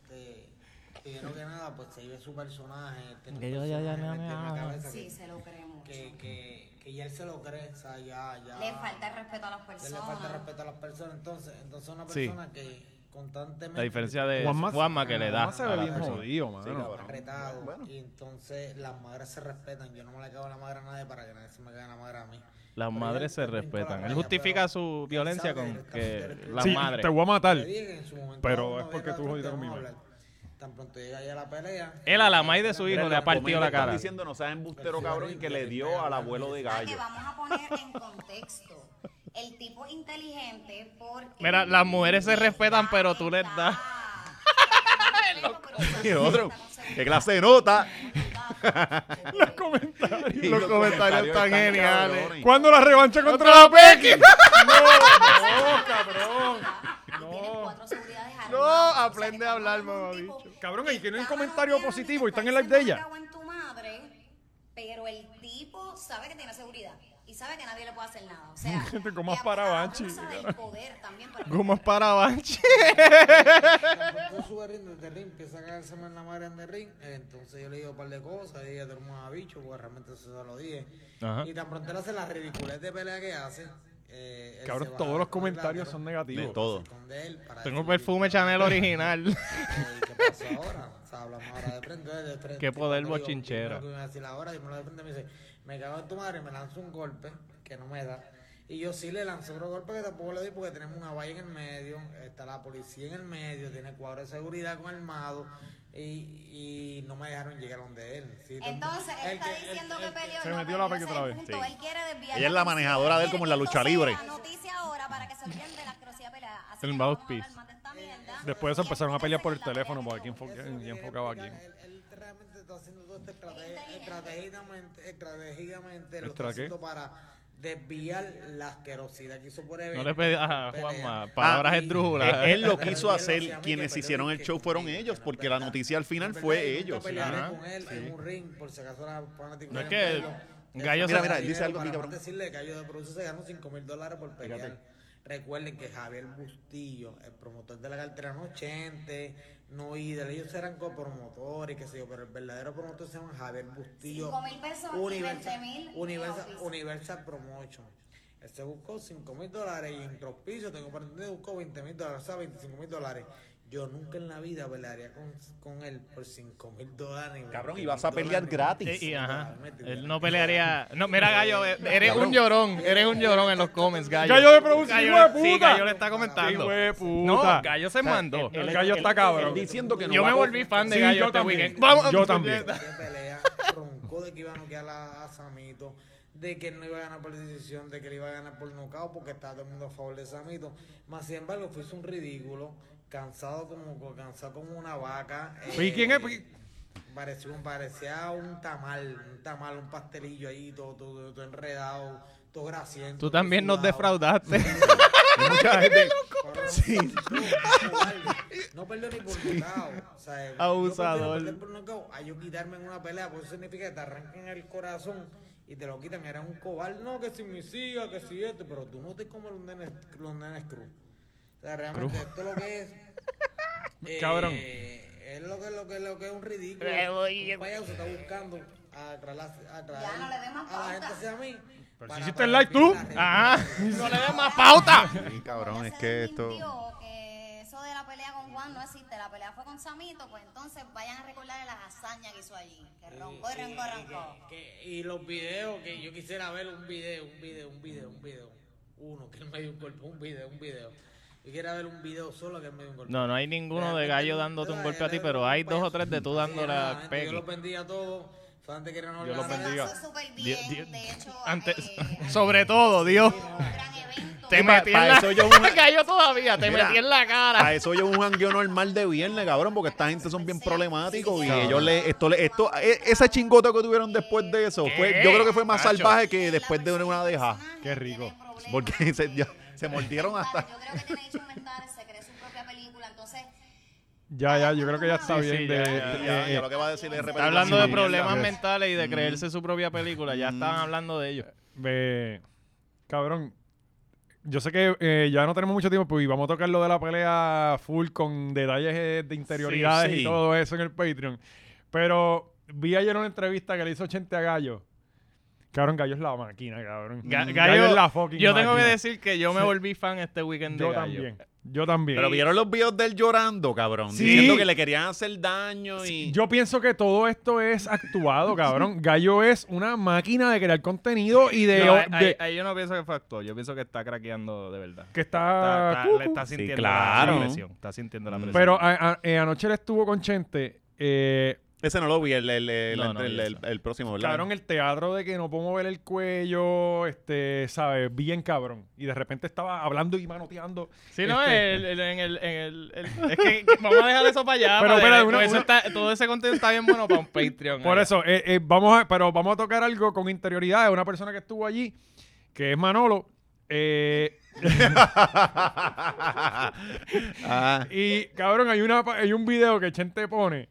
J: primero que nada, pues se vive su personaje. Este,
C: Que yo ya- ya-
J: personaje
C: ya-
J: metido en la
C: ya-
J: cabeza
I: Sí,
J: que,
I: se lo cree mucho.
J: que, que, que ya él se lo cree, o sea, ya, ya.
I: Le falta el respeto a las
J: ya le falta
I: personas.
J: respeto a las personas. Entonces, entonces una
C: Sí.
J: persona que constantemente.
C: La diferencia de
A: Juanma-
C: Juanma, que le da.
A: Juanma se
C: a
A: ve
C: la
A: bien
C: persona.
A: jodido, mano.
B: Sí, cabrón.
J: apretado
B: Bueno.
J: y entonces las madres se respetan yo no me le cago la madre a nadie para que nadie se me caiga la madre a mí
C: Las
J: Pero
C: madres
J: él-
C: se
J: él pintó la
C: respetan. Él
J: raya,
C: justifica
J: pero
C: su
J: él
C: violencia
J: sabe
C: con que
J: directamente
C: las
A: Sí,
C: madres.
A: te voy a matar.
J: Te dije que en su momento
A: Pero
J: vamos a
A: es porque
J: verla
A: tú
J: frente,
A: jodiste
J: vamos a
A: conmigo.
J: hablar. Tan pronto llega ya la pelea.
C: Él a la maíz de su
J: Mira,
C: hijo le
J: la
C: ha partido
B: Comiendo,
C: la
B: están
C: cara.
B: diciendo, no seas embustero, cabrón, y que le dio al abuelo de
I: Ah, que
B: gallo.
I: vamos a poner en contexto. El tipo es inteligente porque...
C: Mira, las mujeres se respetan, pero tú les das.
B: Y otro, qué clase de nota.
I: Los
B: Y
C: Los comentarios están geniales.
B: cabrones.
A: ¿Cuándo la revancha contra la Pequi? No, no, cabrón.
I: No,
C: aprende a hablar, mamabicho.
A: Cabrón, y que no hay comentario positivo y están en live de ella.
I: en tu madre, pero el tipo sabe que tiene seguridad y sabe que nadie le puede hacer nada. O sea,
A: Gente, gomas
I: le
A: para
I: abusa-
A: Banshee.
I: abusa del poder también para-
C: Gomas para Banshee.
J: Tan pronto sube ring desde el ring, empieza a cagarse más la madre en el ring. Entonces yo le digo un par de cosas, y ella te a bicho, porque realmente eso se lo dije.
C: Ajá.
J: Y tan pronto él hace las ridiculez de pelea que hace. eh, él
A: Cabrón,
J: se va
A: todos
J: al
A: los comentarios
J: cuadrilátero,
A: son
B: De
A: negativos.
B: todo.
J: se esconde él para
C: Tengo
J: decir,
C: perfume Chanel original.
J: "Oye, ¿Qué pasa ahora? O sea, hablamos ahora de frente. de frente.
C: Qué poder
J: Cuando digo,
C: bochinchero.
J: "Dímelo que me vas a decir ahora", dímelo de frente, me dice, me cago en tu madre, me lanza un golpe que no me da. Y yo sí le lanzo otro golpe que tampoco le doy porque tenemos una valla en el medio, está la policía en el medio, tiene cuadro de seguridad con armado y, y no me dejaron llegar donde él. Sí, tan-
I: Entonces, él
J: el
I: está
J: que- el-
I: diciendo que
J: el-
I: peleó.
A: Se
I: no
A: metió la
I: peleó,
A: peque otra
I: ese
A: vez.
I: punto.
B: Sí.
I: Él quiere desviar
B: Ella es la
I: atención.
B: manejadora de él como en la lucha
I: Entonces,
B: libre.
I: la noticia ahora para que se olviden de la asquerosidad pelea. Así
C: El
I: que vamos a
C: mouthpiece.
I: hablar más de esta mierda.
A: Después de eso empezaron a pelear por el
I: Entonces, la
A: teléfono,
I: pelea
A: porque quién
I: que
A: enfo-
J: Eso es lo que
A: quién
J: quería
A: enfocaba a
J: explicar.
A: quién.
J: Él, él realmente está haciendo todo este esto estrate- estratégicamente, estratégicamente lo está
A: ¿Estra qué?
J: haciendo para desviar la asquerosidad que hizo por
C: No
J: evento.
C: le pedí a
J: Pelea.
C: Juanma palabras
B: Ah,
C: esdrújulas.
B: Él, él lo
J: Pero
B: quiso
J: yo
B: hacer,
J: decía a mí que
B: quienes
J: perdón,
B: hicieron el
J: que
B: show fueron
J: contigo,
B: ellos,
J: que no
B: porque
J: es
B: la
J: verdad.
B: noticia al final
J: Es verdad, yo
B: fue
J: nunca
B: ellos.
J: pelearé
B: Ajá.
J: con él en un ring, por si acaso la fanática
C: No es
J: de
C: que
J: Gallo-
C: Gallo
J: Eso
B: Mira, mira,
J: me da
B: él
J: dinero
B: dice algo aquí,
J: para
B: cabrón.
J: más decirle que Gallo de Producer se ganó 5 mil dólares por pelear. Recuerden que Javier Bustillo, el promotor de la cartera no Chente, no Idel, ellos eran copromotores, qué sé yo, pero el verdadero promotor se llama Javier Bustillo.
I: 5.000 pesos y 20.000
J: Universal, Universal,
I: en la oficina.
J: Universal Promotion. Este Él se buscó 5 mil dólares y en Tropicio, tengo para entender, buscó 20 mil dólares, o sea, 25 mil dólares. Yo nunca en la vida pelearía con, con él por 5 mil dólares. ni
B: Cabrón,
J: 20
B: y vas
J: mil
B: a pelear
J: dólares.
B: gratis.
C: Y, y, ajá,
J: Dólares, mete,
C: él
J: dólares.
C: no pelearía. No, mira, Gallo, eh, eres
B: Cabrón.
C: un llorón. Eres un llorón en los comments, Gallo.
A: Gallo le pregunta,
C: Gallo
A: "Hijo de
C: le- sí,
A: puta".
C: Gallo le está comentando.
A: Hijo de puta.
C: No, Gallo se
B: O sea,
C: mandó.
A: el gallo está cabrón.
B: él diciendo que no
C: Yo
B: va
C: me
B: a-
C: volví fan de
A: Sí,
C: Gallo
A: yo
C: este
A: también.
C: weekend. Vamos,
A: Yo también.
J: de pelea, roncó de que iba a noquear a, a Samito, de que él no iba a ganar por decisión, de que le iba a ganar por nocaut porque estaba todo el mundo a favor de Samito. Más sin embargo, fue un ridículo, cansado como, cansado como una vaca. eh,
A: ¿Y quién es? Pues,
J: Parecía un, parecía un tamal, un tamal, un pastelillo ahí, todo, todo, todo enredado, todo grasiento.
C: Tú
J: todo
C: también nos
J: sudado.
C: defraudaste.
B: Mucha gente- Sí.
J: No perdió ni por nocaut. O sea,
C: Abusador.
J: No perdió por nocaut. A yo quitarme en una pelea, pues eso significa que te arrancan el corazón y te lo quitan. Era un cobarde. No, que si me siga, que si esto. Pero tú no te comes los nenes, los nenes cruz. O sea, realmente esto es lo que es. eh,
A: Cabrón.
J: Es lo que, lo, que, lo que es un ridículo.
C: Me voy,
J: un payaso está buscando atraer a, atraer
I: Ya, no le dé más
J: a la
I: pauta.
J: gente hacia mí.
A: Pero si
J: para-
A: hiciste
J: para
A: el like tú.
J: que la
C: Ajá. No le das más pauta.
B: Sí, cabrón,
I: Ya
B: es
I: se
B: que esto.
I: desmintió que eso de la pelea con Juan no existe, la pelea fue con Samito, pues entonces vayan a recordarle las hazañas que hizo allí, que roncó y roncó, roncó.
J: que- y los videos que yo quisiera ver un video, un video, un video, un video. Uno, que él me dio un golpe, un video, un video. Yo quiera ver un video solo que él me dio un golpe.
C: No, no hay ninguno de Gallo dándote un golpe a ti, pero hay dos o tres de tú dándole a
J: Gente, Yo
C: Peggy.
J: los bendiga a todos. Solamente querían
C: Dios los
J: hablar.
I: Se
C: bendiga.
I: lanzó súper bien,
C: Dios- Dios-
I: de hecho,
C: Antes,
I: eh,
C: sobre todo, Dios.
I: un gran evento.
C: Te
B: pa-
C: metí
B: pa'
C: en la
B: eso yo una-
C: Gallo todavía, te
B: Mira.
C: metí en la
B: A
C: cara.
B: eso llevo un jangueo normal de viernes, cabrón, porque esta gente son bien problemáticos y ellos le, esto, le, esto, e- ese chingote que tuvieron después de eso, fue, yo creo que fue más
C: Nacho.
B: salvaje que
I: La
B: después de
I: persona,
B: una
I: el
B: deja.
I: personaje
A: Qué rico.
I: tiene problemas
B: Porque se,
I: de-
B: ya- se mordieron hasta.
I: Yo creo que tiene hechos mentales, se cree su propia película, entonces...
A: Ya, ya, yo creo que ya está
C: Sí, sí,
A: bien. de,
C: ya,
B: Ya,
A: eh,
B: ya, ya
A: eh,
B: lo que va a decir es
I: Está
B: repetir-
C: Hablando de
A: Sí,
C: problemas
A: ya.
C: mentales y de creerse su propia película, ya estaban hablando de ellos.
A: Ve, cabrón, yo sé que eh, ya no tenemos mucho tiempo pues, y vamos a tocar lo de la pelea full con detalles eh, de interioridades
B: Sí, sí.
A: y todo eso en el Patreon. Pero vi ayer una entrevista que le hizo 80 a Gallo. Cabrón, Gallo es la máquina, cabrón.
C: Ga-
A: Gallo,
C: Gallo,
A: es la fucking
C: yo tengo que
A: máquina.
C: decir que yo me volví fan este weekend de
A: Yo
C: Gallo.
A: también. Yo también.
B: Pero vieron los videos de él llorando, cabrón,
A: Sí.
B: diciendo que le querían hacer daño y.
A: Yo pienso que todo esto es actuado, cabrón. Gallo es una máquina de crear contenido y de.
C: No, eh,
A: de-
C: ahí- ahí- ahí yo no pienso que fue actual, yo pienso que está craqueando de verdad.
A: que
C: Está-
A: está.
C: está- le está
B: Sí,
C: sintiendo
B: claro. Mm.
C: la presión. Está sintiendo la presión.
A: Pero a- a- eh, anoche él estuvo con Chente. Eh,
B: Ese no lo vi, el, el, el-
C: No, no
B: el-
C: vi
B: el-
C: eso.
B: el próximo, ¿verdad?
A: Cabrón, el teatro de que no puedo mover el cuello, este, ¿sabes? Bien cabrón. Y de repente estaba hablando y manoteando.
C: Sí, no,
A: Este-
C: el, el- en el, en el- el- es que que vamos a dejar eso para allá.
A: Pero,
C: para-
A: espera,
C: pues
A: una-
C: eso
A: una-
C: está- todo ese contenido está bien bueno para un Patreon.
A: Por
C: allá.
A: eso, eh, eh, vamos a, pero vamos a tocar algo con interioridad de una persona que estuvo allí, que es Manolo. Eh,
B: Ah,
A: y cabrón, hay, una, pa- hay un video que Chente pone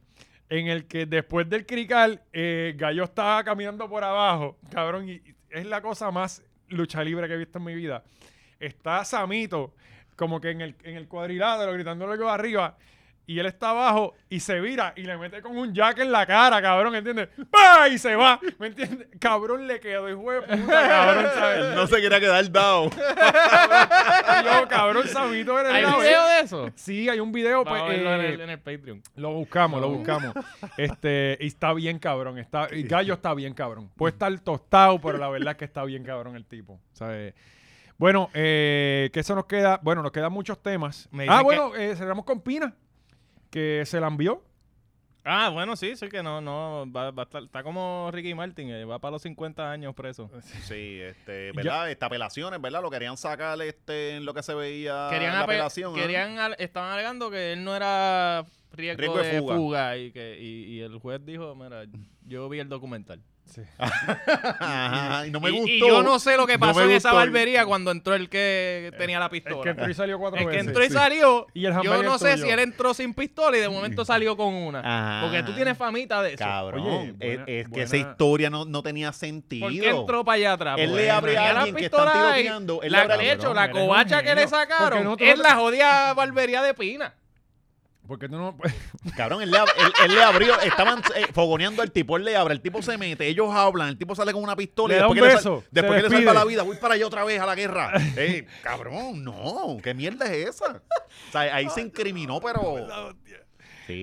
A: en el que después del crical, eh, Gallo estaba caminando por abajo, cabrón, y y es la cosa más lucha libre que he visto en mi vida. Está Samito, como que en el, en el cuadrilátero, gritándole algo arriba, y él está abajo y se vira y le mete con un jack en la cara, cabrón, ¿entiendes? ¡Pah! Y se va, ¿me entiendes? Cabrón, le quedó, hijo de puta, cabrón, ¿sabes?
B: no se quería quedar dado.
A: Y yo, cabrón, Samito, eres
C: ¿Hay
A: la
C: video
A: vez.
C: de eso?
A: Sí, hay un video, pues,
C: Vamos a verlo en
A: eh,
C: el, en el Patreon.
A: lo buscamos, lo buscamos. Este, y está bien cabrón. Está, y Gallo está bien cabrón. Puede estar tostado, pero la verdad es que está bien cabrón el tipo. ¿sabes? Bueno, eh, que eso nos queda. Bueno, nos quedan muchos temas.
C: Me dicen
A: Ah, bueno, eh, cerramos con Pina, que se la envió.
C: Ah, bueno, sí, sí que no, no, va, va a estar, está como Ricky Martin, eh, va para los 50 años preso.
B: Sí, este, ¿verdad? Esta apelaciones, ¿verdad? Lo querían sacar este, en lo que se veía
C: querían
B: la
C: ape-
B: apelación. ¿ah?
C: querían al- estaban alegando que él no era riesgo,
B: Riesgo de
C: de
B: fuga.
C: fuga, y que y, y el juez dijo, mira, yo vi el documental.
B: Ajá, y no me
C: Y-
B: gustó.
C: Y, yo no sé lo que
B: No
C: pasó
B: me
C: en esa
B: gustó.
C: barbería cuando entró el que tenía la
A: El
C: pistola.
A: que entró y salió cuatro
C: El que
A: veces.
C: entró y
A: Sí.
C: salió,
A: Y el
C: yo
A: hamburger
C: no sé
A: tuyo. Mm.
C: si él entró sin pistola y de momento salió con una.
B: Ajá.
C: Porque tú tienes famita de eso.
B: Cabrón,
A: Oye,
B: es,
A: buena-
B: es que
A: buena-
B: esa historia no, no tenía
C: ¿Por qué
B: sentido.
C: entró para allá atrás?
B: Él le
C: Porque
B: abre a
C: tenía la
B: alguien que están
C: pistola ahí,
B: tiroteando, él le
C: la,
B: abre a-
C: de hecho,
A: Cabrón,
C: la
A: él es un
C: covacha que le
A: genio. Porque
C: sacaron
A: no- tú
C: es
A: no-
C: la jodida barbería de Pina.
A: Porque tú no.
B: Cabrón, él le, ab- él- él le abrió, estaban eh, fogoneando al tipo, él le abre, el tipo se mete, ellos hablan, el tipo sale con una pistola
A: Le
B: y
A: da un
B: después, que le, sal-
A: beso,
B: después
A: se
B: que le salva
A: despide.
B: la vida, voy para allá otra vez a la guerra. Ey, cabrón, no, ¿qué mierda es esa? O sea, ahí se incriminó, pero... Sí.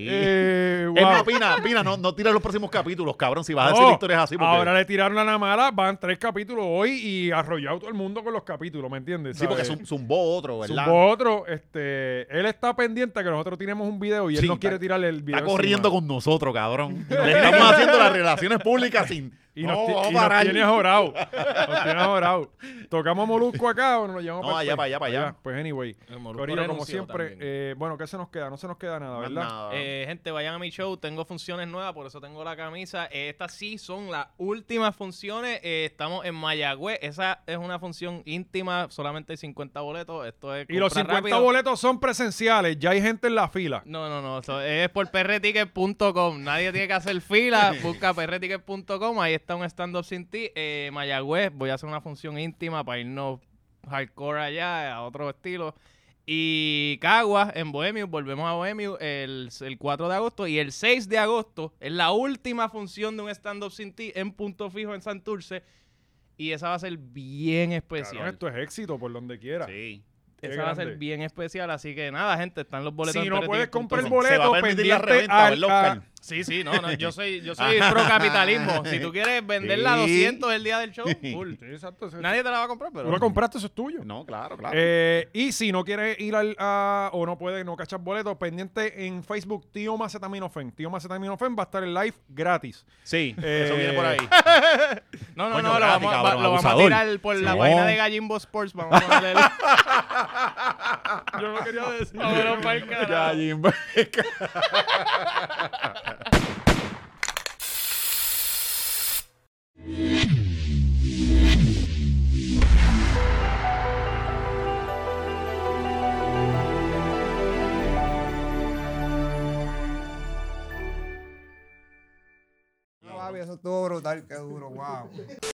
A: Eh,
B: Es mi
A: wow.
B: opina, opina, no, no tires los próximos capítulos, cabrón, si vas a
A: No,
B: hacer historias así. Porque,
A: Ahora le tiraron a la mala, van tres capítulos hoy y arrollado todo el mundo con los capítulos, ¿me entiendes?
B: sí, porque
A: ¿Sabes?
B: zum- zumbó otro, ¿verdad?
A: Zumbó otro, este, él está pendiente que nosotros tenemos un video y él
B: Sí,
A: no
B: está-
A: quiere tirarle el video.
B: Está corriendo con nosotros, cabrón. Le estamos haciendo las relaciones públicas sin...
A: Y nos,
B: no,
A: ti-
B: vamos
A: y
B: a
A: nos
B: parar.
A: tiene jorado. Nos tiene jorado. ¿Tocamos a Molusco acá o nos lo llevamos
B: No, allá,
A: el-
B: para allá, para allá.
A: Pues anyway.
C: El Molusco
A: Corillo, como
C: renunció
A: siempre,
C: también.
A: eh, bueno, ¿qué se nos queda? No se nos queda nada, ¿verdad?
B: Nada.
C: Eh, gente, vayan a mi show. Tengo funciones nuevas, por eso tengo la camisa. Eh, estas sí son las últimas funciones. Eh, estamos en Mayagüez. Esa es una función íntima, solamente hay 50 boletos. Esto es
A: Y los
C: compra
A: 50
C: rápido.
A: boletos son presenciales, ya hay gente en la fila.
C: No, no, no. eso es por perreticket.com. Nadie tiene que hacer fila. Busca perreticket.com. Ahí está un stand-up sin ti. Eh, Mayagüez, voy a hacer una función íntima para irnos hardcore allá, a otro estilo. Y Caguas en Bohemius, volvemos a Bohemius el, el 4 de agosto. Y el 6 de agosto es la última función de un stand-up sin ti en Punto Fijo en Santurce. Y esa va a ser bien especial.
A: Cabrón, esto es éxito por donde quiera.
B: Sí.
A: Qué
C: esa va a ser
A: grande.
C: bien especial. Así que nada, gente, están los boletos
A: Si
C: en
A: no puedes
C: perreticket.com.
A: comprar el
B: Se va a
A: boleto,
B: permitir la
A: pendiente
B: reventa,
A: al-
B: ¿verdad,
A: a-
B: Oscar?
C: Sí, sí, no, no, yo soy, yo soy pro capitalismo. Si tú quieres venderla a
B: Sí.
C: 200 el día del show, cool.
A: Sí, exacto. sí.
C: Nadie te la va a comprar,
A: Tú
C: pero.
A: lo compraste, eso es tuyo.
B: No, claro, claro.
A: Eh, y si no quieres ir al, a- o no puedes, no cachar boletos, pendiente en Facebook Tío Macetaminofen. Tío Macetaminofen va a estar en live gratis.
B: sí,
A: eh,
B: eso viene por ahí.
C: No, no,
B: Coño,
C: no, lo
B: gratis,
C: vamos, va-
B: cabrón,
C: lo vamos a
B: abusador.
C: tirar por la
B: Sí.
C: página de Gallimbo Sports. Vamos a ponerle.
A: Yo no quería decir.
C: Vámonos pa'l carajo.
B: Ya, Jimbo.
K: Guau, eso estuvo brutal, qué duro, wow.